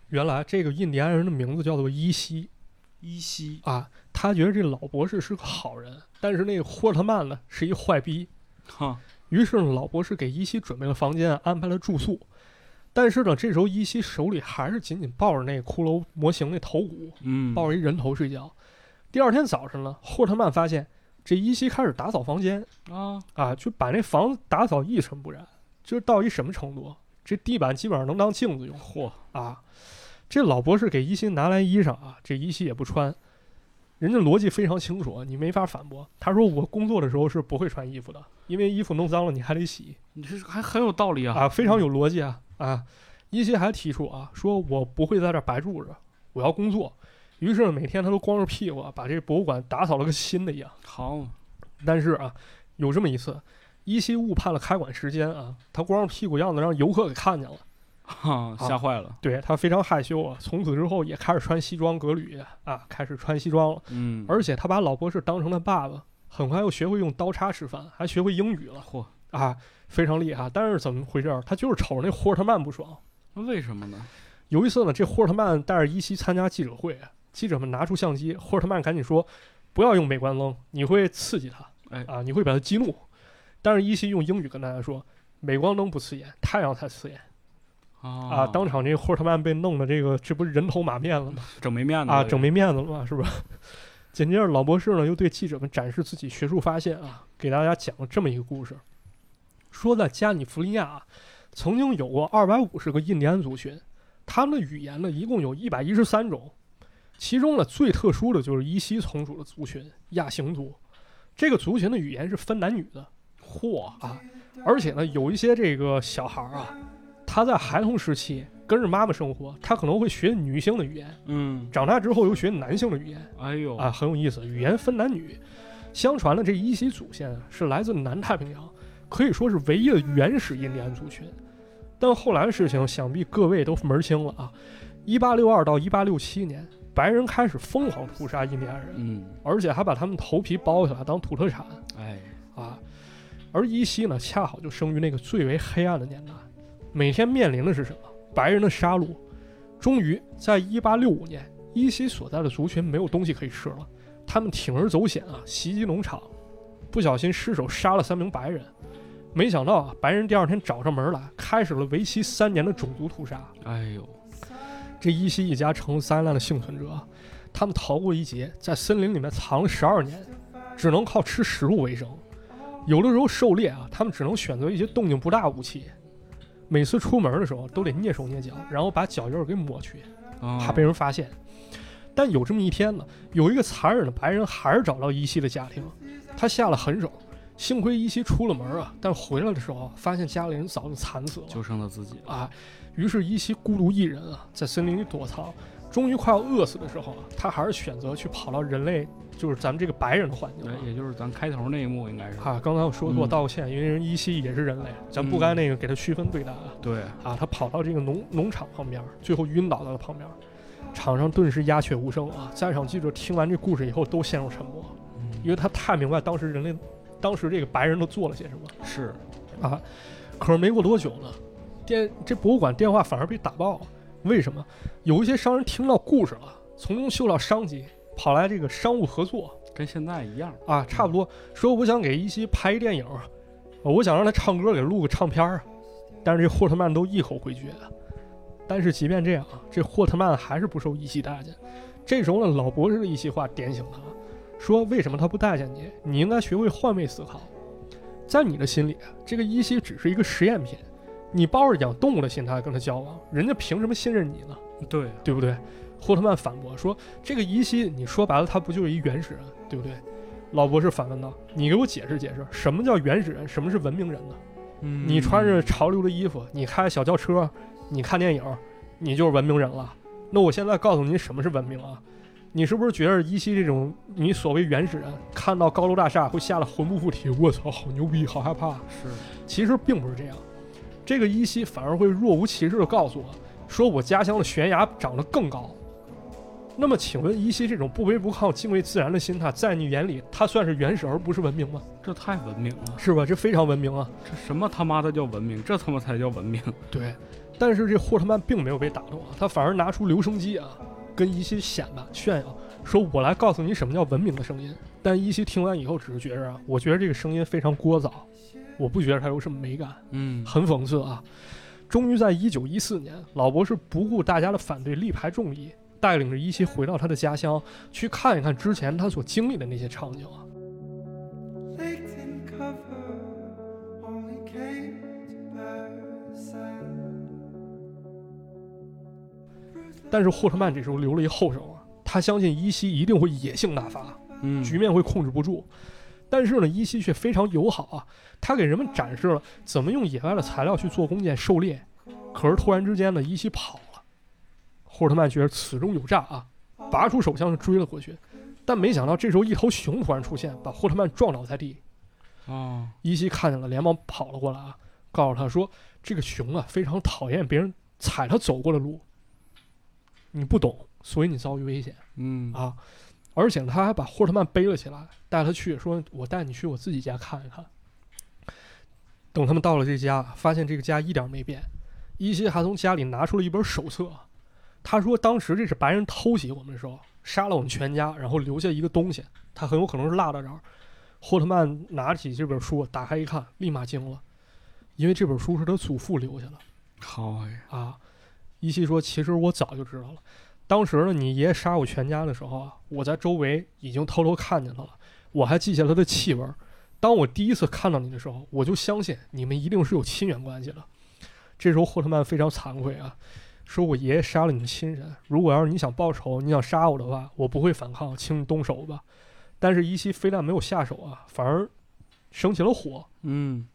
B: 原来这个印第安人的名字叫做伊西，
A: 依稀
B: 啊，他觉得这老博士是个好人，但是那个霍特曼呢是一坏逼。
A: 哈，
B: 于是呢，老博士给依稀准备了房间，安排了住宿。但是呢，这时候依稀手里还是紧紧抱着那个骷髅模型那头骨，
A: 嗯，
B: 抱着一人头睡觉。第二天早上呢，霍特曼发现这依稀开始打扫房间
A: 啊，
B: 啊，就把那房子打扫一尘不染，就是到一什么程度啊，这地板基本上能当镜子用。
A: 嚯，
B: 啊，这老博士给依稀拿来衣裳啊，这依稀也不穿。人家逻辑非常清楚，你没法反驳。他说我工作的时候是不会穿衣服的，因为衣服弄脏了你还得洗
A: 你这还很有道理啊，
B: 啊，非常有逻辑啊啊！依稀还提出啊，说我不会在这儿白住着，我要工作。于是每天他都光着屁股啊把这博物馆打扫了个新的一样。
A: 好，
B: 但是啊，有这么一次，依稀误判了开馆时间啊，他光着屁股样子让游客给看见了。
A: 哈，
B: 啊
A: 吓坏了，
B: 对他非常害羞啊，从此之后也开始穿西装革履啊，开始穿西装了。
A: 嗯，
B: 而且他把老博士当成他爸爸，很快又学会用刀叉吃饭，还学会英语了
A: 嚯，
B: 啊，非常厉害。但是怎么回事儿？他就是瞅着那霍尔特曼不爽。
A: 那为什么呢？
B: 有一次呢，这霍尔特曼带着伊西参加记者会，记者们拿出相机，霍尔特曼赶紧说：“不要用美观灯，你会刺激他，
A: 哎
B: 啊，你会把他激怒。”但是伊西用英语跟大家说：“镁光灯不刺眼，太阳才刺眼。”
A: 啊
B: 啊，当场这霍尔特曼被弄的这个，这不是人头马面了吗？
A: 整没面子
B: 啊，
A: 了
B: 整没面子了嘛，是吧？ <laughs> 紧接着，老博士呢又对记者们展示自己学术发现啊，给大家讲了这么一个故事，说在加利福尼亚啊，曾经有过二百五十个印第安族群，他们的语言呢一共有一百一十三种，其中呢最特殊的就是伊西从属的族群亚型族，这个族群的语言是分男女的，嚯啊！而且呢有一些这个小孩儿啊，他在孩童时期跟着妈妈生活，他可能会学女性的语言。
A: 嗯，
B: 长大之后又学男性的语言
A: 哎呦，
B: 啊，很有意思。语言分男女，相传呢，这伊西祖先啊是来自南太平洋，可以说是唯一的原始印第安族群。但后来的事情，想必各位都门儿清了啊。一八六二到一八六七年，白人开始疯狂屠杀印第安人，
A: 嗯，
B: 而且还把他们头皮剥下来当土特产
A: 哎，
B: 啊。而伊西呢，恰好就生于那个最为黑暗的年代，每天面临的是什么？白人的杀戮。终于，在1865年，伊西所在的族群没有东西可以吃了，他们铤而走险啊，袭击农场，不小心失手杀了三名白人。没想到啊，白人第二天找上门来，开始了为期三年的种族屠杀。
A: 哎呦，
B: 这伊西一家成了灾难的幸存者，他们逃过一劫，在森林里面藏了十二年，只能靠吃食物为生。有的时候狩猎啊，他们只能选择一些动静不大武器。每次出门的时候都得蹑手蹑脚，然后把脚印儿给抹去，怕
A: 啊，
B: 被人发现。但有这么一天呢，有一个残忍的白人还是找到伊西的家庭，他下了狠手，幸亏依稀出了门啊，但回来的时候啊发现家里人早就惨死了
A: 就剩他自己了。
B: 啊。于是依稀孤独一人啊，在森林里躲藏。终于快要饿死的时候啊，他还是选择去跑到人类，就是咱们这个白人的环境、
A: 对
B: 啊。，
A: 也就是咱开头那一幕应该是。
B: 啊，刚才我说过
A: 哎嗯
B: 道歉，因为人依稀也是人类，咱不该那个给他区分对待啊。
A: 对，
B: 啊，他跑到这个农农场旁边，最后晕倒在了旁边，场上顿时鸦雀无声啊！在场记者听完这故事以后都陷入沉默，因为他太明白当时人类，当时这个白人都做了些什么
A: 嗯是
B: 啊！可是没过多久呢，电这博物馆电话反而被打爆了，为什么？有一些商人听到故事了，从中嗅到商机，跑来这个商务合作，
A: 跟现在一样。
B: 啊，差不多。说我想给依稀拍一电影儿，我想让他唱歌，给录个唱片儿。但是这霍特曼都一口回绝。啊但是即便这样啊，这霍特曼还是不受依稀待见。这时候呢，老博士的一席话点醒他，说为什么他不待见你？你应该学会换位思考。在你的心里，啊这个依稀只是一个实验品，你抱着养动物的心态跟他交往，人家凭什么信任你呢？
A: 对，
B: 对不对？霍特曼反驳说：“这个疑心，你说白了，他不就是一原始人，对不对？”老博士反问道：“你给我解释解释，什么叫原始人？什么是文明人呢？
A: 嗯
B: 你穿着潮流的衣服，你开小轿车，你看电影，你就是文明人了。那我现在告诉你什么是文明啊？你是不是觉得依稀这种你所谓原始人看到高楼大厦会吓得魂不附体？我操，好牛逼，好害怕！啊
A: 是
B: 其实并不是这样，这个依稀反而会若无其事地告诉我，说我家乡的悬崖长得更高。那么，请问依稀这种不卑不亢、敬畏自然的心态，在你眼里，它算是原始而不是文明吗？
A: 这太文明了，
B: 是吧？这非常文明啊。
A: 这什么他妈的叫文明？这他妈才叫文明！
B: 对，但是这霍特曼并没有被打动啊，他反而拿出留声机啊，跟依稀显摆炫耀，说我来告诉你什么叫文明的声音。但依稀听完以后，只是觉着啊，我觉得这个声音非常聒噪，我不觉得它有什么美感。
A: 嗯，
B: 很讽刺啊！终于在1914年，老博士不顾大家的反对，力排众议，带领着伊西回到他的家乡，去看一看之前他所经历的那些场景啊。
C: Faked in cover, only came to pass and-
B: 但是霍特曼这时候留了一后手啊，他相信伊西一定会野性大发，
A: 嗯
B: 局面会控制不住。但是呢，伊西却非常友好啊，他给人们展示了怎么用野外的材料去做弓箭狩猎。可是突然之间呢，伊西跑了，霍特曼觉得此中有诈啊，拔出手枪就追了过去。但没想到这时候一头熊突然出现，把霍特曼撞倒在地。
A: 哦，
B: 伊西看见了，连忙跑了过来啊，告诉他说：“这个熊啊，非常讨厌别人踩他走过的路，你不懂，所以你遭遇危险。”
A: 嗯，
B: 啊，而且他还把霍特曼背了起来，带他去说：“我带你去我自己家看一看。”等他们到了这家，发现这个家一点儿没变。依稀还从家里拿出了一本手册，他说：“当时这是白人偷袭我们的时候，杀了我们全家，然后留下一个东西，他很有可能是落到这儿。”霍特曼拿起这本书，打开一看，立马惊了，因为这本书是他祖父留下的。
A: 好呀，
B: 啊，依稀说，其实我早就知道了。当时呢，你爷爷杀我全家的时候啊，我在周围已经偷偷看见他了，我还记下他的气味儿。当我第一次看到你的时候，我就相信你们一定是有亲缘关系的。这时候霍特曼非常惭愧啊，说我爷爷杀了你的亲人，如果要是你想报仇，你想杀我的话，我不会反抗，请你动手吧。但是依稀非但没有下手啊，反而生起了火，
A: 嗯，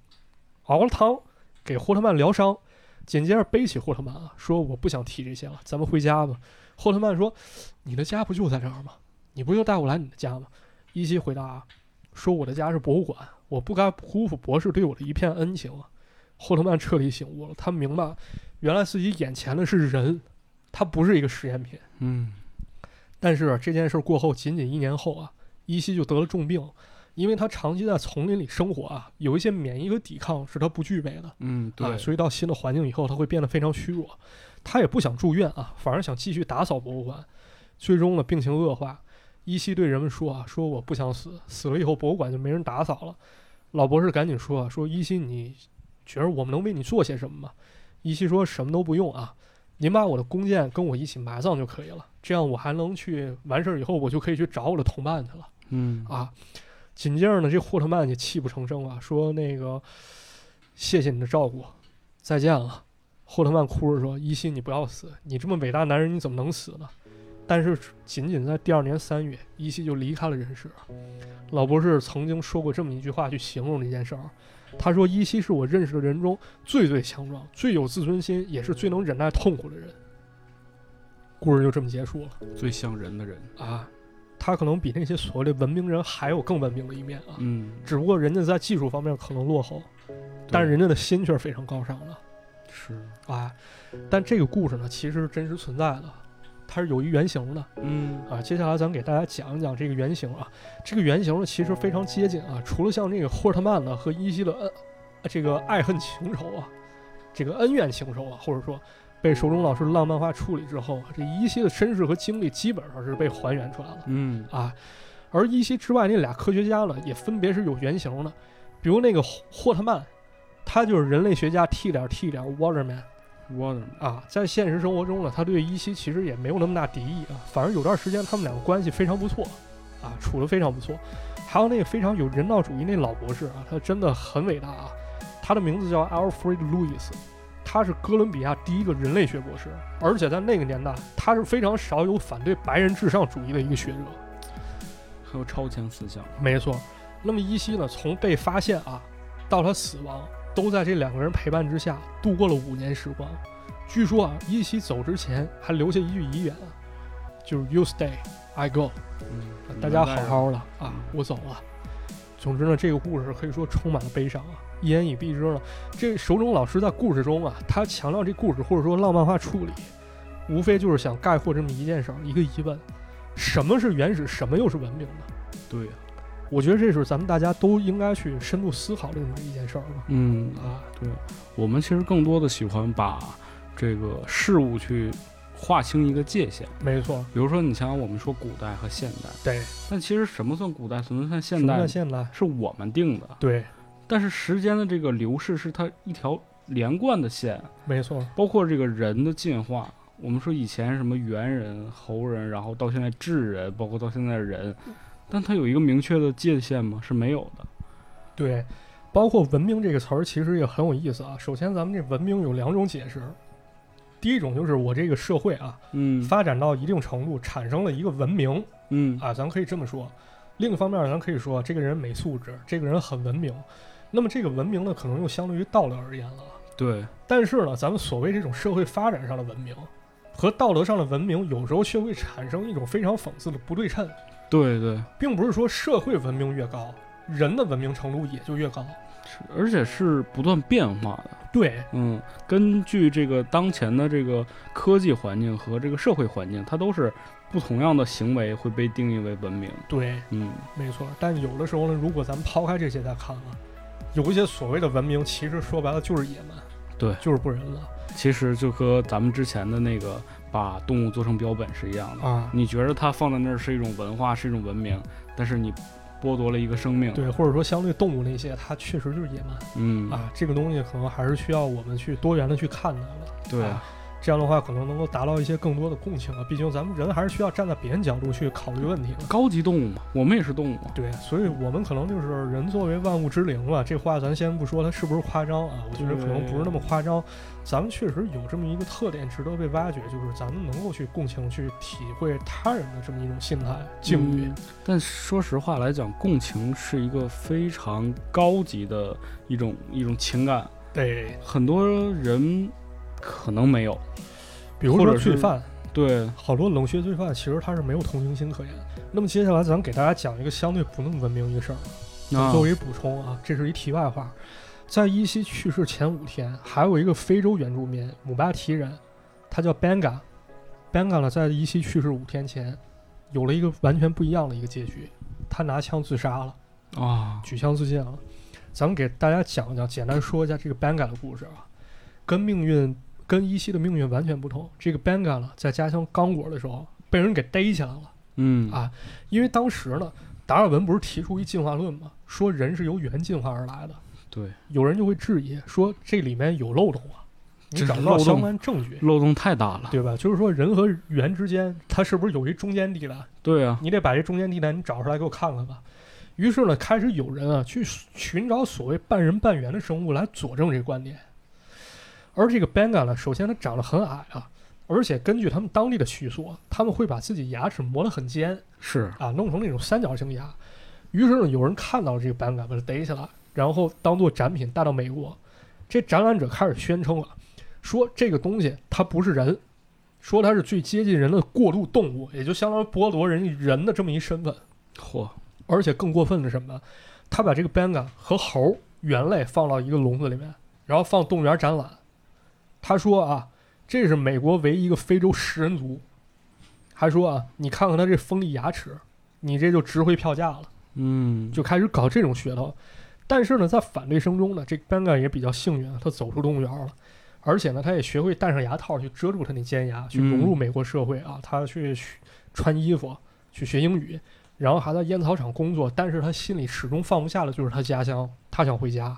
B: 熬了汤，给霍特曼疗伤，紧接着背起霍特曼啊，说我不想提这些了，咱们回家吧。霍特曼说：“你的家不就在这儿吗？你不就带我来你的家吗？”依稀回答啊说：“我的家是博物馆，我不该辜负博士对我的一片恩情啊。”霍特曼彻底醒悟了，他明白，原来自己眼前的是人，他不是一个实验品。
A: 嗯，
B: 但是啊这件事过后，仅仅一年后啊，依稀就得了重病，因为他长期在丛林里生活啊，有一些免疫和抵抗是他不具备的。
A: 嗯，
B: 啊，
A: 对，
B: 所以到新的环境以后，他会变得非常虚弱。他也不想住院啊，反而想继续打扫博物馆。最终呢，病情恶化。依稀对人们说啊，说我不想死，死了以后博物馆就没人打扫了。老博士赶紧说啊，说依稀，你觉得我们能为你做些什么吗？依稀说什么都不用啊，您把我的弓箭跟我一起埋葬就可以了，这样我还能去完事儿以后，我就可以去找我的同伴去了。
A: 嗯，
B: 啊。紧接着呢，这霍特曼就泣不成声了，说那个谢谢你的照顾，再见了。霍特曼哭着说：“依稀，你不要死，你这么伟大男人，你怎么能死呢？但是仅仅在第二年三月，一希就离开了人世。老博士曾经说过这么一句话去形容这件事儿，他说：“依稀是我认识的人中最最强壮、最有自尊心，也是最能忍耐痛苦的人。”故事就这么结束了
A: 最像人的人。
B: 啊！他可能比那些所谓的文明人还有更文明的一面啊，
A: 嗯，
B: 只不过人家在技术方面可能落后，但是人家的心却是非常高尚的。
A: 是，
B: 啊，但这个故事呢，其实是真实存在的，它是有一原型的
A: 嗯
B: 啊。接下来咱给大家讲一讲这个原型啊，这个原型呢其实非常接近啊，除了像这个霍尔特曼呢和依稀的恩、呃这个爱恨情仇啊，这个恩怨情仇啊，或者说被手冢老师浪漫化处理之后啊，这依稀的身世和经历基本上是被还原出来了
A: 嗯
B: 啊。而依稀之外那俩科学家呢，也分别是有原型的，比如那个霍霍特曼，他就是人类学家 T 点 T 点 Waterman。
A: ，Waterman，
B: 啊，在现实生活中呢，他对依稀其实也没有那么大敌意啊，反而有段时间他们两个关系非常不错，啊，处得非常不错。还有那个非常有人道主义那老博士啊，他真的很伟大啊，他的名字叫 Alfred Lewis，他是哥伦比亚第一个人类学博士，而且在那个年代，他是非常少有反对白人至上主义的一个学者。
A: 还有超前思想，
B: 没错，那么依稀呢，从被发现啊到他死亡，都在这两个人陪伴之下度过了五年时光。据说啊，依稀走之前还留下一句遗言啊，就是 “You stay, I go”，
A: 嗯，
B: 大家好好的啊，我走了。总之呢，这个故事可以说充满了悲伤啊。一言以蔽之呢，这手冢老师在故事中啊，他强调这故事或者说浪漫化处理，无非就是想概括这么一件事儿，一个疑问：什么是原始，什么又是文明呢？
A: 对呀，
B: 我觉得这是咱们大家都应该去深度思考的这么一件事儿吧。
A: 嗯，
B: 啊，
A: 我们其实更多的喜欢把这个事物去划清一个界限。
B: 没错，
A: 比如说，你想想我们说古代和现代，
B: 对，
A: 但其实什么算古代，什么算现
B: 什么
A: 代
B: 叫，现代，
A: 是我们定的。
B: 对，
A: 但是时间的这个流逝是它一条连贯的线，
B: 没错，
A: 包括这个人的进化。我们说以前什么猿人、猴人，然后到现在智人，包括到现在人，但它有一个明确的界限吗？是没有的。
B: 对，包括文明这个词儿，其实也很有意思啊。首先，咱们这文明有两种解释，第一种就是我这个社会啊
A: 嗯
B: 发展到一定程度，产生了一个文明
A: 嗯
B: 啊，咱可以这么说。另一方面，咱可以说这个人没素质，这个人很文明。那么这个文明呢，可能又相对于道德而言了。啊
A: 对，
B: 但是呢，咱们所谓这种社会发展上的文明和道德上的文明，有时候却会产生一种非常讽刺的不对称，
A: 对对，
B: 并不是说社会文明越高，人的文明程度也就越高。
A: 是而且是不断变化的。
B: 对，
A: 嗯，根据这个当前的这个科技环境和这个社会环境，它都是不同样的行为会被定义为文明。
B: 对，
A: 嗯，
B: 没错。但有的时候呢，如果咱们抛开这些再看啊，有一些所谓的文明，其实说白了就是野蛮，
A: 对
B: 就是不人了
A: 其实就和咱们之前的那个把动物做成标本是一样的。
B: 啊。
A: 你觉得它放在那儿是一种文化，是一种文明，但是你剥夺了一个生命。
B: 对，或者说相对动物那些，它确实就是野蛮
A: 嗯，
B: 啊。这个东西可能还是需要我们去多元的去看待的。
A: 对啊，
B: 这样的话可能能够达到一些更多的共情啊。毕竟咱们人还是需要站在别人角度去考虑问题的。
A: 高级动物嘛，我们也是动物嘛。
B: 对，所以我们可能就是人作为万物之灵吧。这话咱先不说它是不是夸张啊，我觉得可能不是那么夸张。咱们确实有这么一个特点值得被挖掘，就是咱们能够去共情、去体会他人的这么一种心态境遇
A: 嗯。但说实话来讲，共情是一个非常高级的一种一种情感，
B: 对，
A: 很多人可能没有。
B: 比如
A: 或者
B: 说罪
A: 是
B: 犯，
A: 对，
B: 好多冷血罪犯其实他是没有同情心可言。那么接下来咱们给大家讲一个相对不那么文明一个事儿。
A: 那
B: 作为补充啊，这是一题外话。在依稀去世前五天，还有一个非洲原住民姆巴提人，他叫 Benga。Benga 呢，在依稀去世五天前，有了一个完全不一样的一个结局，他拿枪自杀了，
A: 啊，
B: 举枪自尽了。咱们给大家讲一讲，简单说一下这个 Benga 的故事啊，跟命运跟依稀的命运完全不同。这个 Benga 呢，在家乡刚果的时候被人给逮起来了。
A: 嗯
B: 啊因为当时呢，达尔文不是提出一进化论吗？说人是由猿进化而来的。
A: 对，
B: 有人就会质疑说这里面有漏洞啊，你
A: 这
B: 找不
A: 漏
B: 到
A: 洞
B: 相关证据，
A: 漏洞太大了。
B: 对吧？就是说人和猿之间，它是不是有一中间地带？
A: 对啊，
B: 你得把这中间地带你找出来给我看看吧。于是呢，开始有人啊去寻找所谓半人半猿的生物来佐证这个观点。而这个 Benga 呢，首先它长得很矮啊，而且根据他们当地的习俗，他们会把自己牙齿磨得很尖
A: 是
B: 啊，弄成那种三角形牙。于是呢，有人看到了这个版本，把它逮起来，然后当做展品带到美国。这展览者开始宣称了，说这个东西它不是人，说它是最接近人的过渡动物，也就相当于剥夺人人的这么一身份。
A: 嚯，
B: 而且更过分的是什么？他把这个 Benga 和猴原类放到一个笼子里面，然后放动物园展览。他说啊，这是美国唯一一个非洲食人族。还说啊，你看看他这锋利牙齿，你这就值回票价了。
A: 嗯，
B: 就开始搞这种噱头。但是呢，在反对声中呢，这 Benga 也比较幸运，啊他走出动物园了，而且呢，他也学会戴上牙套去遮住他那尖牙，去融入美国社会啊。他去学穿衣服，去学英语，然后还在烟草厂工作。但是他心里始终放不下的就是他家乡，他想回家。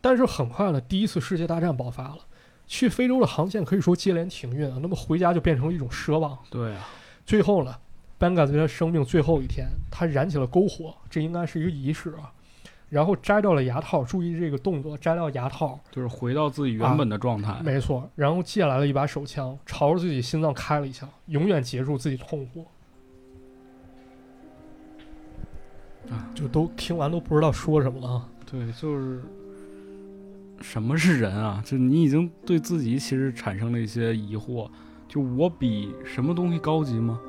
B: 但是很快呢，第一次世界大战爆发了，去非洲的航线可以说接连停运啊。那么回家就变成了一种奢望。
A: 对啊，
B: 最后呢，班嘎在他生命最后一天，他燃起了篝火，这应该是一个仪式啊。然后摘掉了牙套，注意这个动作，摘掉牙套，
A: 就是回到自己原本的状态。
B: 没错。然后借来了一把手枪，朝着自己心脏开了一枪，永远结束自己痛苦。
A: 啊，
B: 就都听完都不知道说什么了啊。
A: 对，就是什么是人啊？就你已经对自己其实产生了一些疑惑，就我比什么东西高级吗？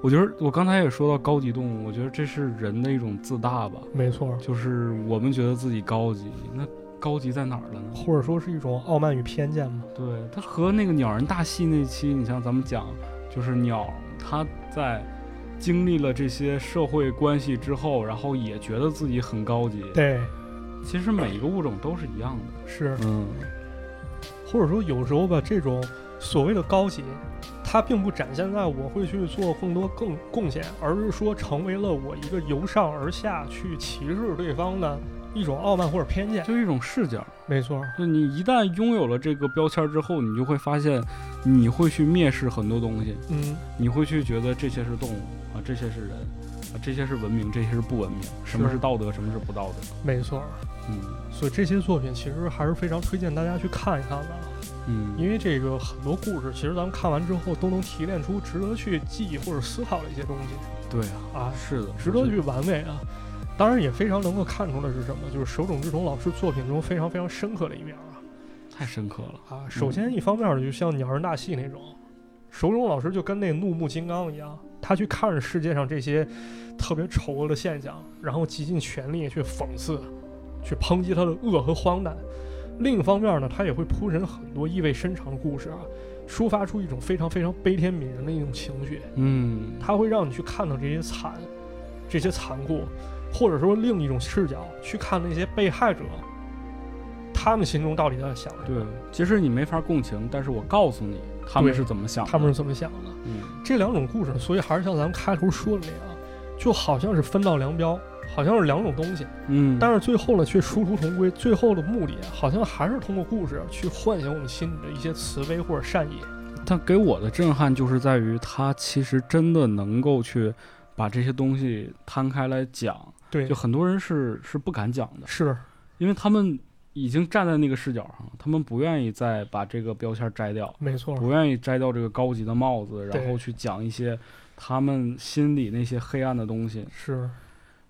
A: 我觉得我刚才也说到高级动物，我觉得这是人的一种自大吧，
B: 没错，
A: 就是我们觉得自己高级，那高级在哪儿了呢？
B: 或者说是一种傲慢与偏见嘛。
A: 对，它和那个鸟人大戏那期，你像咱们讲，就是鸟，它在经历了这些社会关系之后，然后也觉得自己很高级。
B: 对，
A: 其实每一个物种都是一样的。
B: 是。
A: 嗯，
B: 或者说有时候吧，这种所谓的高级，它并不展现在我会去做更多更贡献，而是说成为了我一个由上而下去歧视对方的一种傲慢或者偏见。
A: 就是一种视角。
B: 没错，
A: 就你一旦拥有了这个标签之后，你就会发现，你会去蔑视很多东西，
B: 嗯，
A: 你会去觉得这些是动物啊，这些是人啊，这些是文明，这些是不文明，什么
B: 是
A: 是道德，什么是不道德。
B: 没错。
A: 嗯
B: 所以这些作品其实还是非常推荐大家去看一看的，
A: 嗯，
B: 因为这个很多故事，其实咱们看完之后都能提炼出值得去记忆或者思考的一些东西
A: 对啊，
B: 啊。
A: 是的，
B: 值得去玩味啊。当然也非常能够看出来是什么，就是手冢治虫老师作品中非常非常深刻的一面啊
A: 太深刻了。
B: 啊！首先一方面呢，就像鸟人大戏那种，手冢老师就跟那怒目金刚一样，他去看着世界上这些特别丑恶的现象，然后极尽全力去讽刺、去抨击他的恶和荒诞。另一方面呢，他也会铺陈很多意味深长的故事啊，抒发出一种非常非常悲天悯人的一种情绪。
A: 嗯，
B: 它会让你去看到这些惨，这些残酷，或者说另一种视角去看那些被害者，他们心中到底在想什么，
A: 对，其实你没法共情，但是我告诉你他们
B: 对
A: 是怎么想的。
B: 他们是怎么想的。
A: 嗯，
B: 这两种故事，所以还是像咱们开头说的那样，就好像是分道扬镳，好像是两种东西，
A: 嗯，
B: 但是最后呢却殊途同归，最后的目的好像还是通过故事去唤醒我们心里的一些慈悲或者善意。
A: 他给我的震撼就是在于，他其实真的能够去把这些东西摊开来讲，
B: 对
A: 就，很多人是是不敢讲的，
B: 是
A: 因为他们已经站在那个视角上，他们不愿意再把这个标签摘掉，
B: 没错，
A: 不愿意摘掉这个高级的帽子，
B: 嗯对
A: 然后去讲一些他们心里那些黑暗的东西。
B: 是。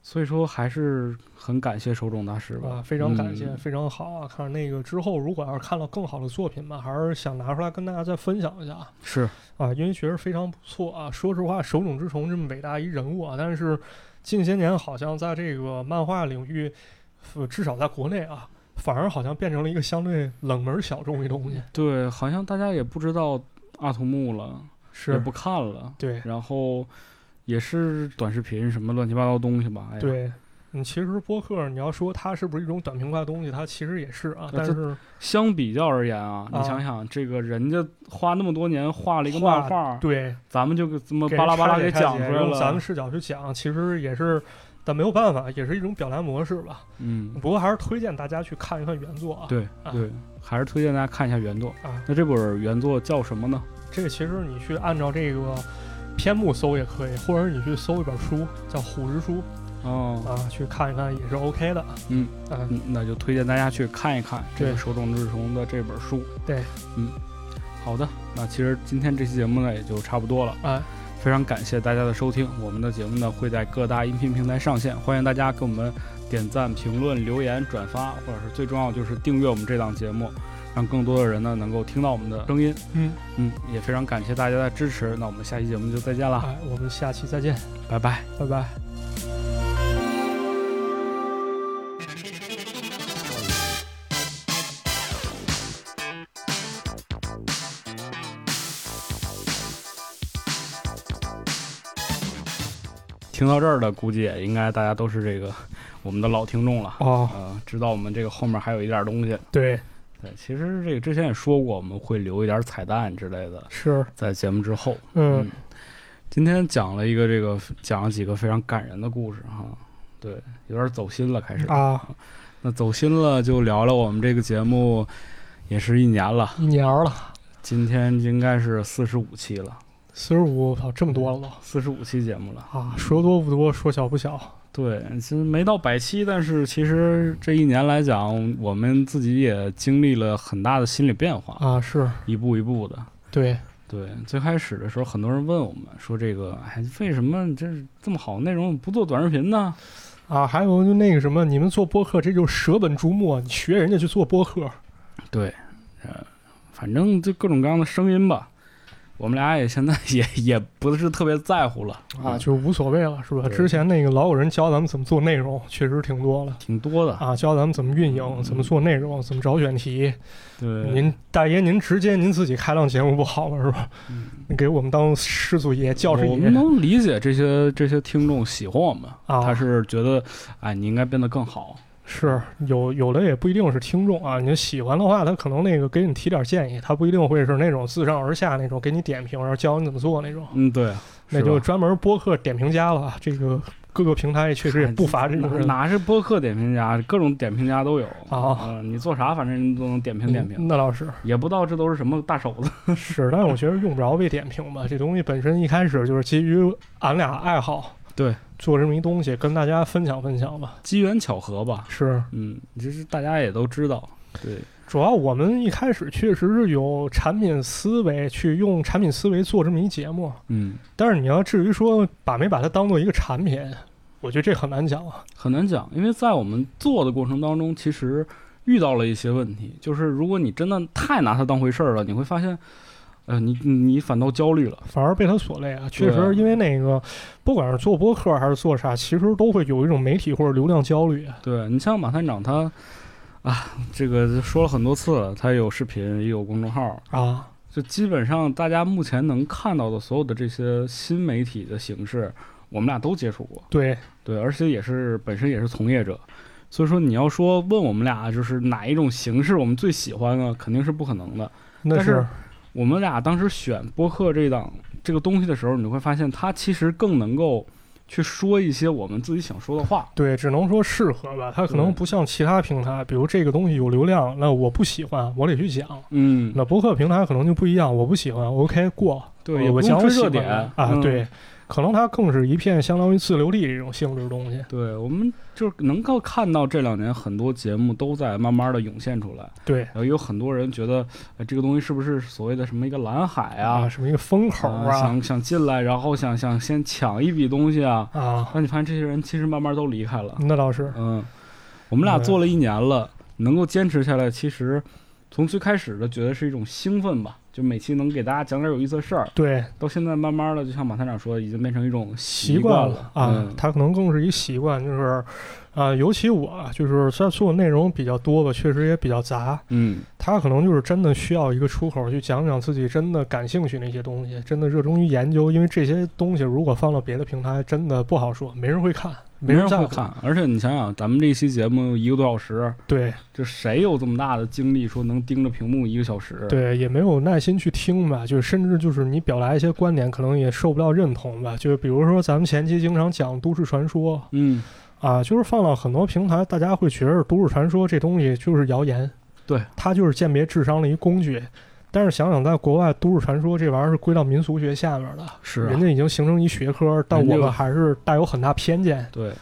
A: 所以说，还是很感谢手冢大师吧
B: 啊，，非常感谢，
A: 嗯
B: 非常好啊！看那个之后，如果要是看到更好的作品吧，还是想拿出来跟大家再分享一下啊
A: 是
B: 啊，因为确实非常不错啊。说实话，手冢治虫这么伟大一人物啊，但是近些年好像在这个漫画领域，呃至少在国内啊，反而好像变成了一个相对冷门小众的东西。
A: 对，好像大家也不知道阿童木了，也
B: 是
A: 不，哎看了。
B: 对
A: 然后也是短视频什么乱七八糟东西吧。哎呀，
B: 对。你其实播客，你要说它是不是一种短平快的东西，它其实也是啊，但
A: 呃这
B: 是
A: 相比较而言啊，
B: 啊
A: 你想想，这个人家花那么多年画了一个
B: 画
A: 漫画，
B: 对
A: 咱们就给这么
B: 给
A: 巴拉巴拉
B: 拆解
A: 给
B: 拆
A: 讲出
B: 解
A: 来
B: 用咱
A: 了
B: 们。视角去讲，其实也是，但没有办法，也是一种表达模式吧。
A: 嗯，
B: 不过还是推荐大家去看一看原作啊。
A: 对
B: 啊
A: 对，还是推荐大家看一下原作。
B: 啊，
A: 那这本原作叫什么呢？
B: 这个其实你去按照这个篇目搜也可以，或者你去搜一本书叫《虎之书
A: 哦，》
B: 啊，去看一看也是 OK 的。
A: 嗯
B: 啊，
A: 嗯那就推荐大家去看一看这个
B: 对
A: 手冢治虫的这本书。
B: 对，
A: 嗯，好的，那其实今天这期节目呢也就差不多了，
B: 哎，
A: 非常感谢大家的收听。我们的节目呢会在各大音频平台上线，欢迎大家给我们点赞、评论、留言、转发，或者是最重要就是订阅我们这档节目，让更多的人呢能够听到我们的声音。
B: 嗯，
A: 嗯，也非常感谢大家的支持。那我们下期节目就再见了，
B: 哎，我们下期再见，
A: 拜拜。
B: 拜拜。
A: 听到这儿的估计也应该大家都是这个我们的老听众了，
B: 哦，
A: 呃，知道我们这个后面还有一点东西。
B: 对，
A: 对，其实这个之前也说过，我们会留一点彩蛋之类的，
B: 是，
A: 在节目之后。
B: 嗯，
A: 今天讲了一个这个，讲了几个非常感人的故事哈，对，有点走心了，开始。
B: 啊，
A: 那走心了就聊聊我们这个节目，也是一年了，
B: 一年儿了，
A: 今天应该是四十五期了，
B: 四十五，操，这么多了都
A: 四十五期节目了。
B: 啊，说多不多，说小不小，
A: 对，其实没到百期，但是其实这一年来讲，我们自己也经历了很大的心理变化，
B: 啊，是
A: 一步一步的。
B: 对，
A: 对，最开始的时候，很多人问我们说：“这个，哎，为什么这是这么好的内容不做短视频呢
B: 啊，还有就那个什么，你们做播客，这就是舍本逐末，你学人家去做播客，？”
A: 对，呃，反正就各种各样的声音吧。我们俩也现在 <laughs> 也也不是特别在乎了
B: 啊，就是无所谓了，是吧？
A: 对
B: 之前那个老有人教咱们怎么做内容，确实挺多了。
A: 挺多的。
B: 啊，嗯教咱们怎么运营，怎么做内容，怎么找选题。
A: 对，
B: 您大爷，您直接您自己开档节目不好吗？是吧？
A: 嗯
B: 给我们当师祖爷、教师
A: 我
B: 爷
A: 们能理解这些这些听众喜欢我们，
B: 啊！
A: 他是觉得，哎，你应该变得更好。
B: 是有有的也不一定是听众啊，你喜欢的话，他可能那个给你提点建议，他不一定会是那种自上而下那种给你点评，然后教你怎么做那种，
A: 嗯，对，
B: 那
A: 是
B: 就
A: 吧
B: 专门播客点评家了啊。这个各个平台确实也不乏这种人
A: 哪哪是播客点评家，各种点评家都有
B: 啊
A: 嗯你做啥，反正都能点评点评，
B: 嗯那倒是
A: 也不知道这都是什么大手子。
B: 是，但是我觉得用不着被点评吧，这东西本身一开始就是基于俺俩爱好，
A: 对，
B: 做这么一东西跟大家分享分享吧。
A: 机缘巧合吧，
B: 是，
A: 嗯，就是大家也都知道，对，
B: 主要我们一开始确实是有产品思维，去用产品思维做这么一节目，
A: 嗯，
B: 但是你要至于说把没把它当做一个产品，我觉得这很难讲啊。
A: 很难讲，因为在我们做的过程当中，其实遇到了一些问题，就是如果你真的太拿它当回事儿了，你会发现，呃，你你你反倒焦虑了，
B: 反而被他所累啊。确
A: 对啊
B: 实，因为那个，不管是做播客还是做啥，其实都会有一种媒体或者流量焦虑啊。
A: 对你像马探长他。啊，这个说了很多次了，他有视频，也有公众号，
B: 啊，
A: 就基本上大家目前能看到的所有的这些新媒体的形式，我们俩都接触过，
B: 对，
A: 对，而且也是本身也是从业者，所以说你要说问我们俩就是哪一种形式我们最喜欢呢，肯定是不可能的。
B: 那
A: 但是我们俩当时选播客这档这个东西的时候，你会发现它其实更能够去说一些我们自己想说的话，
B: 对，只能说适合吧。它可
A: 对
B: 能不像其他平台，比如这个东西有流量，那我不喜欢，我得去讲。
A: 嗯，
B: 那播客平台可能就不一样，我不喜欢，OK 过。
A: 对，
B: 我
A: 也不
B: 呃我
A: 用
B: 讲
A: 追
B: 我喜
A: 热
B: 欢
A: 点
B: 的啊，
A: 嗯
B: 对，可能它更是一片相当于自留地这种性质的东西。
A: 对，我们就是能够看到这两年很多节目都在慢慢的涌现出来，
B: 对
A: 然后也有很多人觉得，呃，这个东西是不是所谓的什么一个蓝海
B: 啊，
A: 啊，
B: 什么一个风口
A: 呃
B: 啊
A: 想想进来，然后想想先抢一笔东西啊，
B: 啊，
A: 那你发现这些人其实慢慢都离开了。
B: 那倒是
A: 嗯，我们俩
B: 对
A: 做了一年了，能够坚持下来，其实从最开始的觉得是一种兴奋吧，就每期能给大家讲点有意思的事儿，
B: 对
A: 到现在慢慢的，就像马探长说的，已经变成一种习
B: 习惯
A: 了
B: 了啊
A: 嗯，
B: 它可能更是一习惯，就是啊，尤其我就是虽然做的内容比较多吧，确实也比较杂，
A: 嗯，
B: 他可能就是真的需要一个出口去讲讲自己真的感兴趣那些东西，真的热衷于研究，因为这些东西如果放到别的平台，真的不好说，没人会看，
A: 没人
B: 在
A: 会
B: 乎。
A: 看，而且你想想，咱们这期节目一个多小时，
B: 对
A: 就谁有这么大的精力说能盯着屏幕一个小时？，
B: 对，也没有耐心去听吧，就是甚至就是你表达一些观点，可能也受不到认同吧。就是比如说咱们前期经常讲都市传说
A: 嗯，
B: 啊，就是放到很多平台，大家会觉得都市传说这东西就是谣言，
A: 对，
B: 它就是鉴别智商的一工具。但是想想，在国外，都市传说这玩意儿是归到民俗学下面的，
A: 是啊
B: 人，家已经形成一学科，但
A: 人家
B: 我们还是带有很大偏见，
A: 对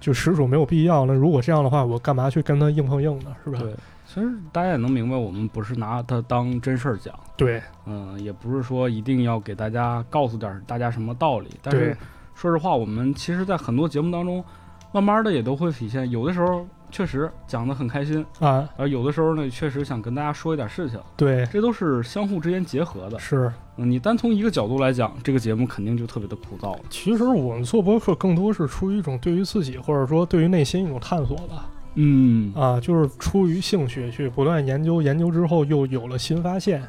B: 就实属没有必要。那如果这样的话，我干嘛去跟他硬碰硬呢？是吧？
A: 对，其实大家也能明白，我们不是拿它当真事儿讲，
B: 对
A: 嗯，也不是说一定要给大家告诉点儿大家什么道理。但是
B: 对
A: 说实话，我们其实，在很多节目当中，慢慢的也都会体现，有的时候确实讲的很开心，
B: 啊，
A: 而有的时候呢，确实想跟大家说一点事情，
B: 对，
A: 这都是相互之间结合的。
B: 是。
A: 嗯你单从一个角度来讲，这个节目肯定就特别的枯燥了。
B: 其实我们做播客更多是出于一种对于自己或者说对于内心一种探索吧，
A: 嗯，
B: 啊，就是出于兴趣去不断研究，研究之后又有了新发现。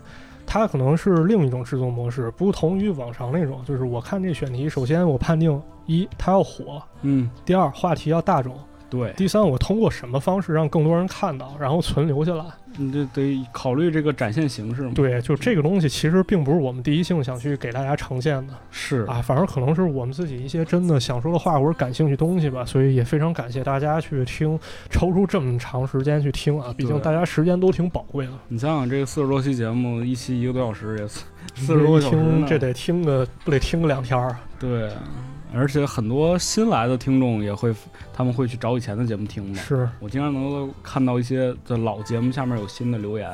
B: 它可能是另一种制作模式，不同于往常那种。就是我看这选题，首先我判定一它要火，
A: 嗯，
B: 第二话题要大众，
A: 对，
B: 第三我通过什么方式让更多人看到，然后存留下来。
A: 你这得考虑这个展现形式嘛。，
B: 对，就这个东西其实并不是我们第一性想去给大家呈现的
A: 是，
B: 啊，反而可能是我们自己一些真的想说的话或者感兴趣东西吧。所以也非常感谢大家去听，抽出这么长时间去听啊，毕竟
A: 对
B: 大家时间都挺宝贵的。
A: 你想想这四十多期节目，一期一个多小时，也四四
B: 这
A: 十
B: 一
A: 多个小时
B: 听
A: 呢。
B: 这得听个不得听个两天儿啊。
A: 对，而且很多新来的听众也会，他们会去找以前的节目听嘛。
B: 是，
A: 我经常能够看到一些在老节目下面有新的留言，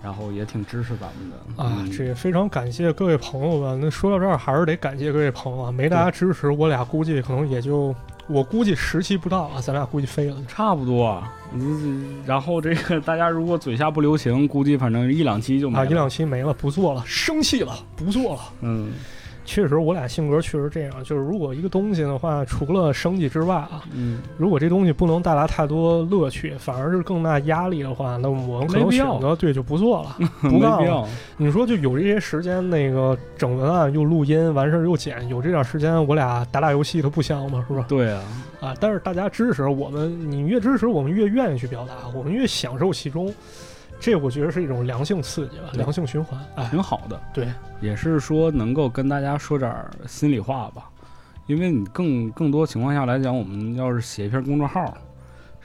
A: 然后也挺支持咱们的
B: 啊
A: 嗯，
B: 这也非常感谢各位朋友吧。那说到这儿，还是得感谢各位朋友啊，没大家支持，我俩估计可能也就我估计十期不到啊，咱俩估计飞了。
A: 差不多啊。嗯然后这个大家如果嘴下不留情，估计反正一两期就没
B: 啊，
A: 了。
B: 一两期没了，不做了，生气了，不做了。
A: 嗯，
B: 确实，我俩性格确实这样，就是如果一个东西的话，除了生计之外啊，
A: 嗯，
B: 如果这东西不能带来太多乐趣，反而是更大压力的话，那我们可
A: 没
B: 能
A: 必
B: 选
A: 要
B: 择对就不
A: <laughs>
B: 做了，不
A: 没
B: 干
A: 必
B: 了。
A: 要。
B: 你说就有这些时间，那个整文案又录音，完事儿又剪，有这点时间，我俩打打游戏，它不香吗？是吧？
A: 对啊，
B: 啊，但是大家支持我们，你越支持我们，越愿意去表达，我们越享受其中。这我觉得是一种良性刺激吧，
A: 对
B: 良性循环。哎，
A: 挺好的。
B: 对，
A: 也是说能够跟大家说点儿心里话吧，因为你更更多情况下来讲，我们要是写一篇公众号，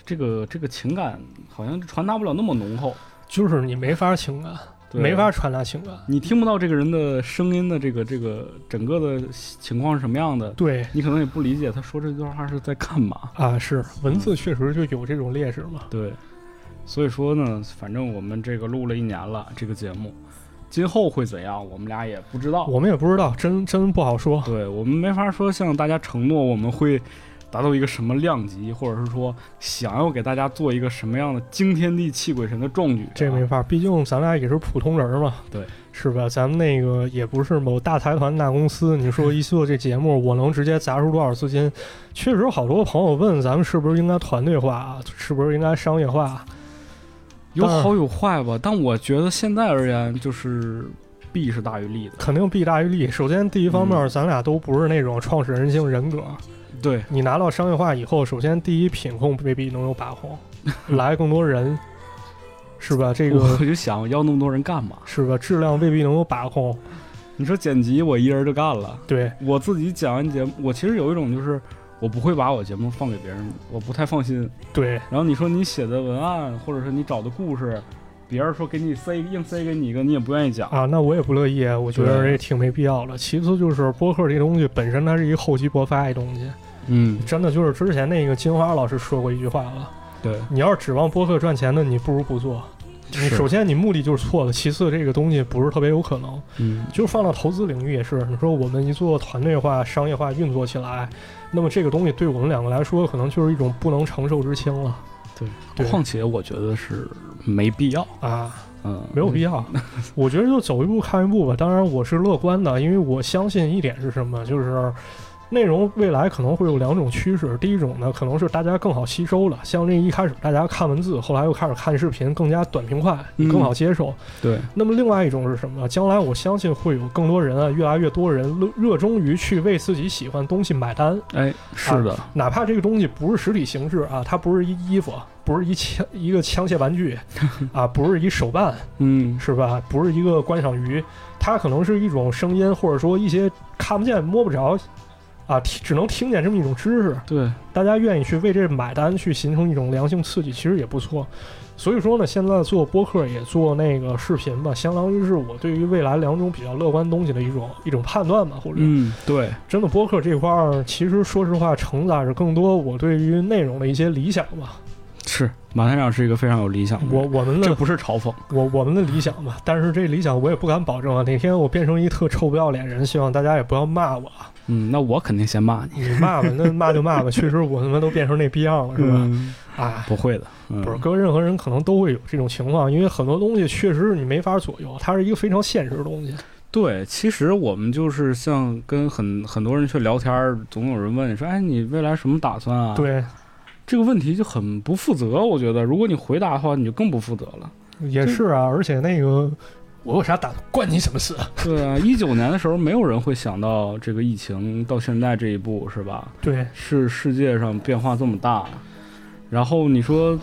A: 这个这个情感好像传达不了那么浓厚，
B: 就是你没法情感，
A: 对
B: 没法，传达情感。
A: 你听不到这个人的声音的这个这个整个的情况是什么样的，
B: 对
A: 你可能也不理解他说这段话是在干嘛。
B: 啊，是文字确实就有这种劣势嘛。
A: 对，所以说呢，反正我们这个录了一年了，这个节目，今后会怎样，我们俩也不知道。
B: 我们也不知道，真真不好说。
A: 对我们没法说向大家承诺我们会达到一个什么量级，或者是说想要给大家做一个什么样的惊天地泣鬼神的壮举啊、
B: 这没法，毕竟咱俩也是普通人儿嘛，
A: 对，
B: 是吧？咱们那个也不是某大财团、大公司，
A: <laughs>
B: 你说一做这节目，我能直接砸出多少资金？确实，好多朋友问咱们是不是应该团队化啊，是不是应该商业化啊？
A: 有好有坏吧。但我觉得现在而言，就是弊是大于利的。
B: 肯定弊大于利。首先，第一方面，
A: 嗯
B: 咱俩都不是那种创始人性人格。
A: 对，
B: 你拿到商业化以后，首先第一品控未必能有把
A: <laughs>
B: 控，来更多人，是吧？这
A: 我
B: 个
A: 就想要那么多人干嘛？
B: 是吧？质量未必能有把控。
A: 你说剪辑，我一人就干了。
B: 对，
A: 我自己讲完节目，我其实有一种就是。我不会把我节目放给别人，我不太放心。
B: 对，
A: 然后你说你写的文案，或者是你找的故事，别人说给你塞硬塞给你一个，你也不愿意讲。
B: 啊，那我也不乐意，我觉得
A: 对
B: 也挺没必要的。其次就是播客这东西本身它是一个厚积薄发的东西，
A: 嗯，
B: 真的就是之前那个金花老师说过一句话了，
A: 对，
B: 你要是指望播客赚钱的，你不如不做。你
A: 是
B: 首先你目的就是错的，其次这个东西不是特别有可能。
A: 嗯，
B: 就是放到投资领域也是，你说我们一做团队化、商业化运作起来，那么这个东西对我们两个来说，可能就是一种不能承受之轻了对
A: 况且我觉得是没必要，
B: 啊。
A: 嗯， <laughs>
B: 没有必要。我觉得就走一步看一步吧。当然，我是乐观的，因为我相信一点是什么，就是内容未来可能会有两种趋势。第一种呢，可能是大家更好吸收了，像那一开始大家看文字，后来又开始看视频，更加短平快，
A: 嗯
B: 更好接受。
A: 对，
B: 那么另外一种是什么？将来我相信会有更多人啊，越来越多人热热衷于去为自己喜欢的东西买单，
A: 哎，是的，
B: 哪怕这个东西不是实体形式啊，它不是一衣服，不是一枪一个枪械
A: <laughs>
B: 玩具啊，不是一手办。
A: 嗯，
B: 是吧？不是一个观赏鱼，它可能是一种声音，或者说一些看不见、摸不着，啊，听只能听见这么一种知识。
A: 对，
B: 大家愿意去为这买单，去形成一种良性刺激，其实也不错。所以说呢，现在做播客也做那个视频吧，相当于是我对于未来两种比较乐观东西的一种一种判断吧，或者
A: 嗯，对，
B: 真的播客这块儿，其实说实话承载着更多我对于内容的一些理想吧。
A: 是马探长是一个非常有理想的
B: 我
A: 人，
B: 我们
A: 嗯这
B: 的
A: 不是嘲讽，
B: 我我们的理想吧，但是这理想我也不敢保证啊，哪天我变成一特臭不要脸人，希望大家也不要骂我啊。
A: 嗯，那我肯定先骂你，
B: 你骂吧，那骂就骂吧，确实我他妈都变成那逼样了，是吧？
A: 嗯
B: 啊、
A: 不会的，嗯、
B: 不是，跟任何人可能都会有这种情况，因为很多东西确实你没法左右，它是一个非常现实的东西。
A: 对，其实我们就是像跟很很多人去聊天儿，总有人问说：“哎，你未来什么打算啊？”，
B: 对，
A: 这个问题就很不负责。我觉得，如果你回答的话，你就更不负责了。
B: 也是啊，而且那个我有啥打算，关你什么事？
A: 对啊，一九年的时候，没有人会想到这个疫情到现在这一步，是吧？
B: 对，
A: 是世界上变化这么大。然后你说，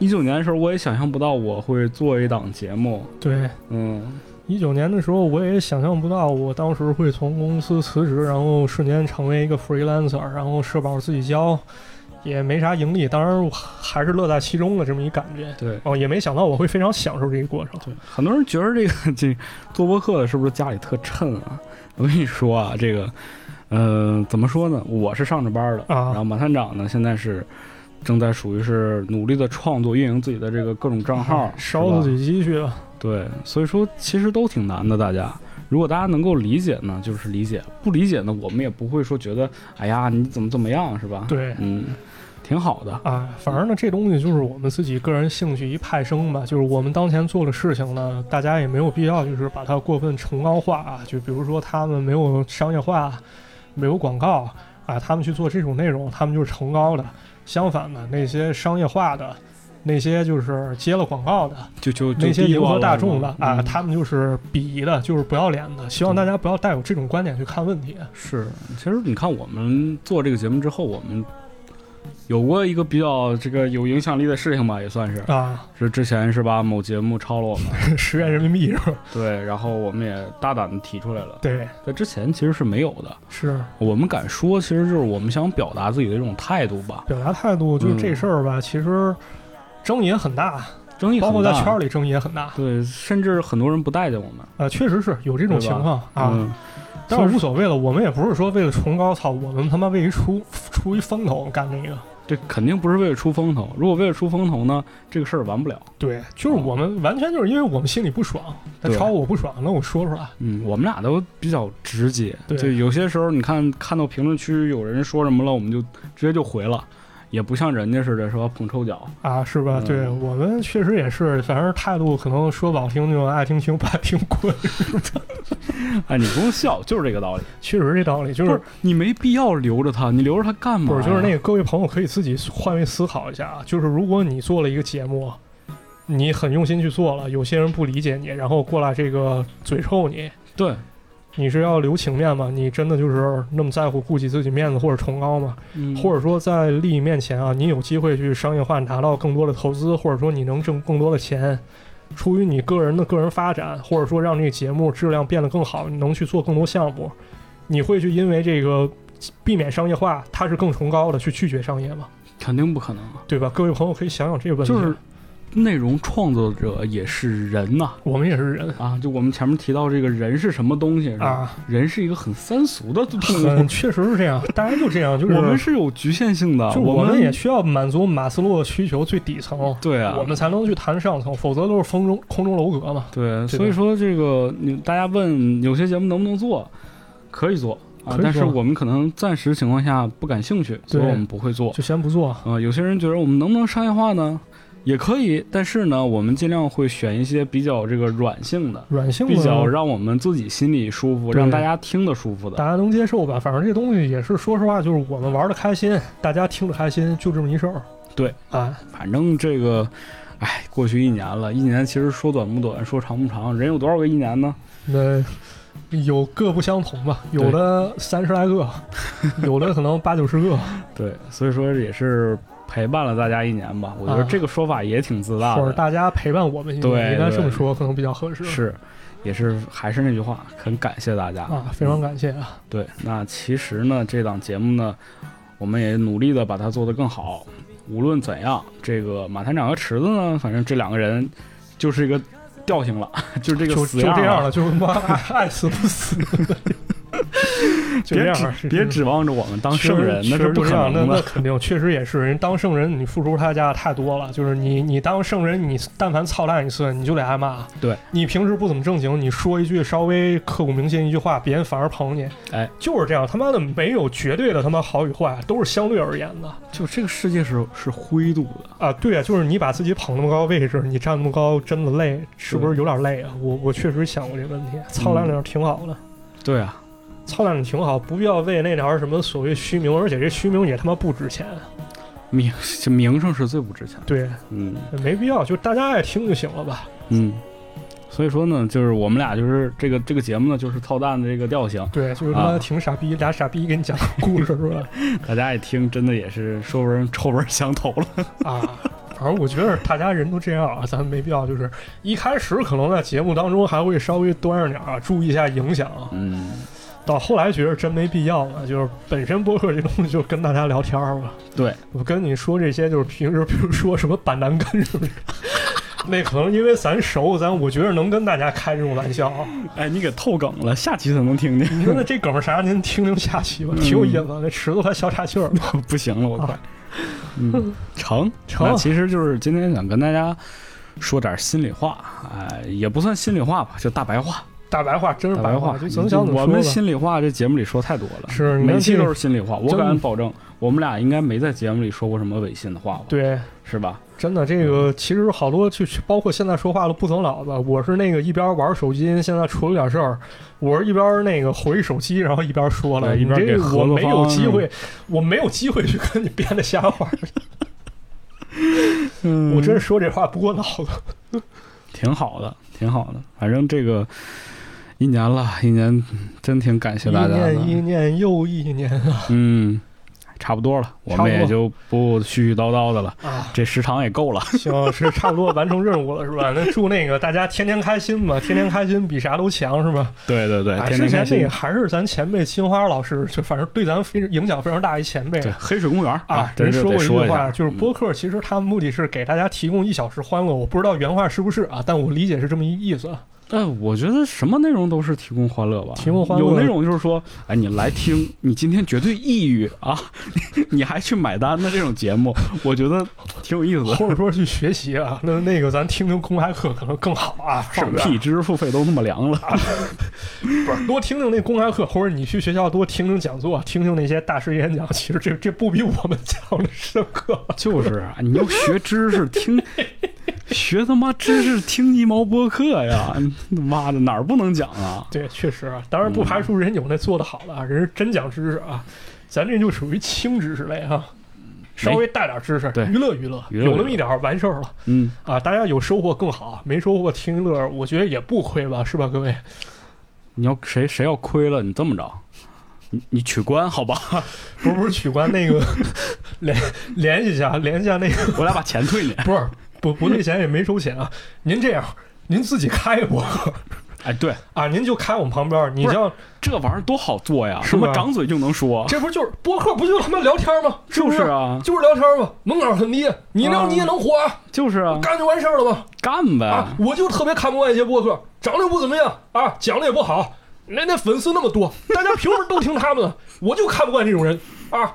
A: 一九年的时候，我也想象不到我会做一档节目。
B: 对，
A: 嗯，
B: 一九年的时候，我也想象不到，我当时会从公司辞职，然后瞬间成为一个 freelancer，然后社保自己交，也没啥盈利，当然我还是乐在其中的这么一感觉。
A: 对。
B: 哦，也没想到我会非常享受这个过程。
A: 对，很多人觉得这个 <laughs> 这做播客的是不是家里特衬啊？我跟你说啊，这个，呃，怎么说呢？我是上着班的，
B: 啊
A: 然后马探长呢，现在是正在属于是努力的创作、运营自己的这个各种账号，
B: 啊
A: 是
B: 烧自
A: 吧
B: 己积蓄吧。
A: 对，所以说其实都挺难的，大家。如果大家能够理解呢，就是理解；不理解呢，我们也不会说觉得，哎呀，你怎么怎么样，是吧？，
B: 对，
A: 嗯，挺好的。
B: 啊，反正呢，这东西就是我们自己个人兴趣一派生吧，就是我们当前做的事情呢，大家也没有必要就是把它过分崇高化啊，就比如说他们没有商业化，没有广告啊，他们去做这种内容，他们就是崇高的。相反呢，那些商业化的，那些就是接了广告的，
A: 就就就
B: 那些
A: 低
B: 迎
A: 调
B: 合
A: 了
B: 大众
A: 是
B: 的
A: 吧
B: 啊，
A: 嗯
B: 他们就是鄙夷的，就是不要脸的。希望大家不要带有这种观点去看问题。
A: 是，其实你看，我们做这个节目之后，我们有过一个比较这个有影响力的事情吧，也算 <laughs> 是，
B: 啊， <laughs>
A: 是之前是吧？某节目抄了我们，
B: 十元人民币是吧？
A: 对，然后我们也大胆的提出来了，
B: 对，
A: 在之前其实是没有的。
B: 是。
A: 我们敢说，其实就是我们想表达自己的这种态度吧，
B: 表达态度，就是
A: 嗯
B: 这事儿吧，其实争议也很大，
A: 争议
B: 包括
A: 很
B: 在
A: 大，
B: 圈儿里争议也很大。
A: 对，甚至很多人不待见我们
B: 呃，确实是有这种
A: 对
B: 情
A: 吧
B: 况啊，
A: 嗯
B: 但
A: 就是
B: 是无所谓了。我们也不是说为了崇高，操，我们他妈为一出出一风头干那个。
A: 这肯定不是为了出风头。如果为了出风头呢，这个事儿完不了。
B: 对，就是我们完全就是因为我们心里不爽，他
A: 对
B: 超我不爽，那我说出来。
A: 嗯，我们俩都比较直接，
B: 对
A: 就有些时候你看看到评论区有人说什么了，我们就直接就回了，也不像人家似的说捧臭脚。 <laughs>
B: 啊，是吧？
A: 嗯
B: 对我们确实也是，反正态度可能说不好听就爱听听，不爱听 <laughs> 滚，
A: 哎，你不用笑，就是这个道理。
B: 确实是这道理。就
A: 不
B: 是
A: 是你没必要留着他，你留着他干嘛
B: 不
A: 呀？
B: 是，就是那个各位朋友可以自己换位思考一下啊，就是如果你做了一个节目，你很用心去做了，有些人不理解你，然后过来这个嘴臭你，
A: 对，
B: 你是要留情面吗？你真的就是那么在乎顾及自己面子或者崇高吗？
A: 嗯
B: 或者说在利益面前啊，你有机会去商业化拿到更多的投资，或者说你能挣更多的钱，出于你个人的个人发展，或者说让这个节目质量变得更好，你能去做更多项目，你会去因为这个避免商业化，它是更崇高的去拒绝商业吗？
A: 肯定不可能啊，
B: 对吧？各位朋友可以想想这个问题。
A: 就是内容创作者也是人呐
B: 我们也是人
A: 啊就我们前面提到这个人是什么东西是吧？
B: 啊，
A: 人是一个很三俗的动
B: 很
A: 物，
B: 确实是这样，大家就这样，就是啊
A: 我们是有局限性的，
B: 就
A: 我
B: 我们
A: 们
B: 也需要满足马斯洛的需求最底层。
A: 对啊，
B: 我们才能去谈上层，否则都是风中空中楼阁嘛。
A: 对，
B: 对
A: 所以
B: 吧
A: 说这个你大家问有些节目能不能做，可以做
B: 可
A: 啊
B: 以做，
A: 但是我们可能暂时情况下不感兴趣，所以
B: 对
A: 我们不会做。
B: 就先不做，
A: 啊、有些人觉得我们能不能商业化呢？也可以，但是呢，我们尽量会选一些比较这个软性的，
B: 软性的
A: 比较让我们自己心里舒服，让
B: 啊对
A: 大家听得舒服的。
B: 大家能接受吧？反正这东西也是，说实话，就是我们玩的开心，大家听着开心，就这么一事儿。
A: 对
B: 啊，
A: 反正这个，哎，过去一年了，一年其实说短不短，说长不长，人有多少个一年呢？
B: 那有各不相同吧，有的三十
A: <laughs>
B: 来个，有的可能八九十个，
A: 对，所以说也是陪伴了大家一年吧。我觉得
B: 啊
A: 这个说法也挺自大的，
B: 或者大家陪伴我们一年，
A: 对
B: 应该
A: 对
B: 这么说可能比较合适。
A: 是，也是还是那句话，很感谢大家。
B: 啊，非常感谢啊！
A: 对，那其实呢，这档节目呢，我们也努力的把它做得更好。无论怎样，这个马团长和池子呢，反正这两个人就是一个调性了，就是这 <laughs>
B: 就
A: 个
B: 就
A: 死
B: 这样
A: 样
B: 了，
A: 了。
B: 就他妈爱爱死不死。 <laughs> 就这
A: 别
B: 样儿
A: 指，别指望着我们当圣人，
B: 确
A: 那
B: 实
A: 是不可
B: 确实这样
A: 能
B: 那那
A: 的。
B: 肯定，确实也是。人当圣人，你付出代价太多了。就是你，你当圣人，你但凡操蛋一次，你就得挨骂。
A: 对，
B: 你平时不怎么正经，你说一句稍微刻骨铭心一句话，别人反而捧你。
A: 哎，
B: 就是这样。他妈的，没有绝对的他妈好与坏，都是相对而言的
A: 就这个世界是是灰度的，
B: 啊。对啊，就是你把自己捧那么高位置，你站那么高，真的累，是不是有点累啊？我我确实想过这个问题。
A: 嗯
B: 操蛋点挺好的。
A: 对啊，
B: 操蛋挺好，不必要为那点儿什么所谓虚名，而且这虚名也他妈不值钱。
A: 名这名声是最不值钱的。
B: 对，
A: 嗯
B: 没必要，就大家爱听就行了吧？
A: 嗯，所以说呢，就是我们俩就是这个这个节目呢，就是操蛋的这个调 <laughs> 性，
B: 对，就是他妈
A: 啊
B: 挺傻逼，俩傻逼给你讲个故事是 <laughs> 吧？
A: 大家一听真的也是说不定臭味儿相投了。
B: 啊，反正我觉得大家人都这样啊，咱们没必要就是一开始可能在节目当中还会稍微端着点儿啊，注意一下影响啊，
A: 嗯，
B: 到后来觉得真没必要了，就是本身播客这东西就跟大家聊天儿嘛。
A: 对，
B: 我跟你说这些就是平时，比如说什么板蓝根什么的。那可能因为咱熟，咱我觉得能跟大家开这种玩笑啊。
A: 哎，你给透梗了，下期才能 <laughs> 听
B: 你
A: 听。
B: 说那这梗儿啥？您听听下期吧，
A: 嗯
B: 挺有意思的。那池子还消岔气儿呢。
A: 不行了，我快
B: 啊。
A: <laughs> 嗯，成
B: 成
A: 那其实就是今天想跟大家说点心里话，哎，也不算心里话吧，就大白话。
B: 大白话真是
A: 大
B: 白
A: 话，
B: 就怎么想怎么
A: 我
B: 说
A: 们
B: 吧。
A: 心里话这节目里说太多了，
B: 是你看
A: 每期
B: 这
A: 都是心里话。我
B: 真
A: 敢保证，我们俩应该没在节目里说过什么违心的话吧？
B: 对，
A: 是吧？
B: 真的这
A: 嗯
B: 个其实好多就包括现在说话都不走脑子。我是那个一边玩手机，现在处理点事儿，我是一边那个回手机，然后一边说了。
A: 对
B: 你
A: 一边
B: 这
A: 给
B: 个
A: 合
B: 我
A: 作
B: 没有
A: 方
B: 机会，我没有机会去跟你编的瞎话。 <laughs>
A: 嗯
B: 我真是说这话不过脑子。
A: 挺好的，挺好的。反正这个一年了，一年真挺感谢
B: 一
A: 大家的。
B: 年一年又一年啊
A: 嗯，差不多了，我
B: 差不
A: 们
B: 多
A: 也就不絮絮叨叨的了，
B: 啊！
A: 这时长也够了。
B: <laughs>
A: <laughs>
B: 行，是差不多完成任务了，是吧？那祝那个大家天天开心吧，天天开心比啥都强，是吧？
A: 对对对，
B: 哎
A: 天
B: 之
A: 天开
B: 前那
A: 心
B: 个。还是咱前辈青花老师，就反正对咱非常影响非常大一前辈
A: 对，黑水公园
B: 啊
A: 啊，，这
B: 人
A: 这
B: 说
A: 得
B: 过一
A: 说
B: 句
A: 一
B: 话，
A: 下，嗯
B: 就是播客其实它目的是给大家提供一小时欢乐，我不知道原话是不是啊，但我理解是这么一意思。啊
A: 但哎我觉得什么内容都是提供欢乐吧，
B: 提供欢乐
A: 有那种就是说，哎，你来听，你今天绝对抑郁啊， <laughs> 你还去买单的这种节目，我觉得挺有意思的。
B: 或者说去学习啊，那那个咱听听公开课可能更好啊，是
A: <laughs> 放
B: 不
A: 屁，
B: 是？
A: 知识付费都那么凉了。
B: 不是，多听听那公开课，或者你去学校多听听讲座，听听那些大师演讲，其实这这不比我们讲的深刻。
A: <laughs> 就是啊，你要学知识，听 <laughs> 学他妈知识，听一毛播客呀！妈的，哪儿不能讲啊？
B: 对，确实啊，当然不排除人有那做的好的啊，人是真讲知识啊，咱这就属于轻知识类啊，稍微带点知识，
A: 哎对
B: 娱乐娱乐，
A: 娱乐娱乐
B: 有那么一点儿完事儿了
A: 嗯，
B: 啊，大家有收获更好，没收获听一乐，我觉得也不亏吧，是吧，各位？
A: 你要谁谁要亏了，你这么着，你你取关好吧？
B: <laughs> 不是不是，取关那 <laughs> 个联联系一下，联系一下那个
A: 我俩把钱退你。
B: <laughs> 不是不不退钱也没收钱啊，您这样。您自己开我
A: <laughs> 哎，对，
B: <laughs> 啊，您就开我们旁边儿，你
A: 不是
B: 像
A: 这玩意儿多好做呀，
B: 是
A: 他妈
B: 吧
A: 张嘴就能说，
B: 这不就是播客，不就他妈聊天吗？是
A: 就
B: 不
A: 是
B: 是？
A: 啊，
B: 就是聊天吗？门槛很低，你
A: 啊
B: 聊你也能火啊，
A: 就是啊，
B: 干就完事儿了吧？
A: 干呗
B: 啊，，我就特别看不惯一些播客，长得也不怎么样啊，讲的也不好，那那粉丝那么多，大家平时都听他们的， <laughs> 我就看不惯这种人啊。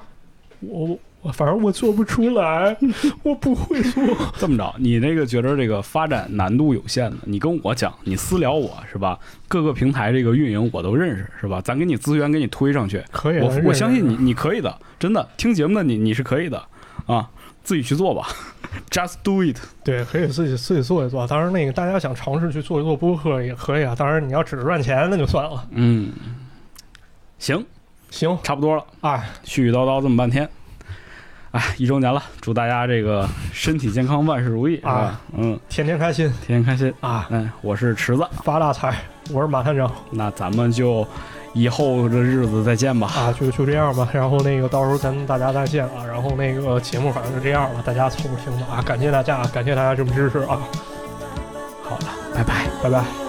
B: 我我反正我做不出 <laughs> 来，我不会做。
A: 这么着，你那个觉得这个发展难度有限的，你跟我讲，你私聊我是吧？各个平台这个运营我都认识是吧？咱给你资源，给你推上去，
B: 可以的啊
A: 我
B: 认识
A: 我相信你，你可以的，真的，听节目的你你是可以的啊，自己去做吧 <laughs> ，just do it。
B: 对，可以自己自己做一做。当然，那个大家想尝试去做一做播客也可以啊。当然，你要只是赚钱那就算了。
A: 嗯，行，
B: 行，
A: 差不多了，
B: 哎，
A: 絮絮叨叨这么半天。哎，一周年了，祝大家这个身体健康，万事如意，是吧
B: 啊？
A: 嗯，
B: 天天开心
A: 天天开心。
B: 啊，
A: 嗯，我是池子，
B: 发大财。我是马探长
A: 那咱们就以后的日子再见吧。
B: 啊，就就这样吧。然后那个到时候咱们大家再见啊。然后那个节目反正就这样吧，大家凑合听吧啊。感谢大家，感谢大家这么支持啊。
A: 好了，拜拜。
B: 啊拜拜。
C: 「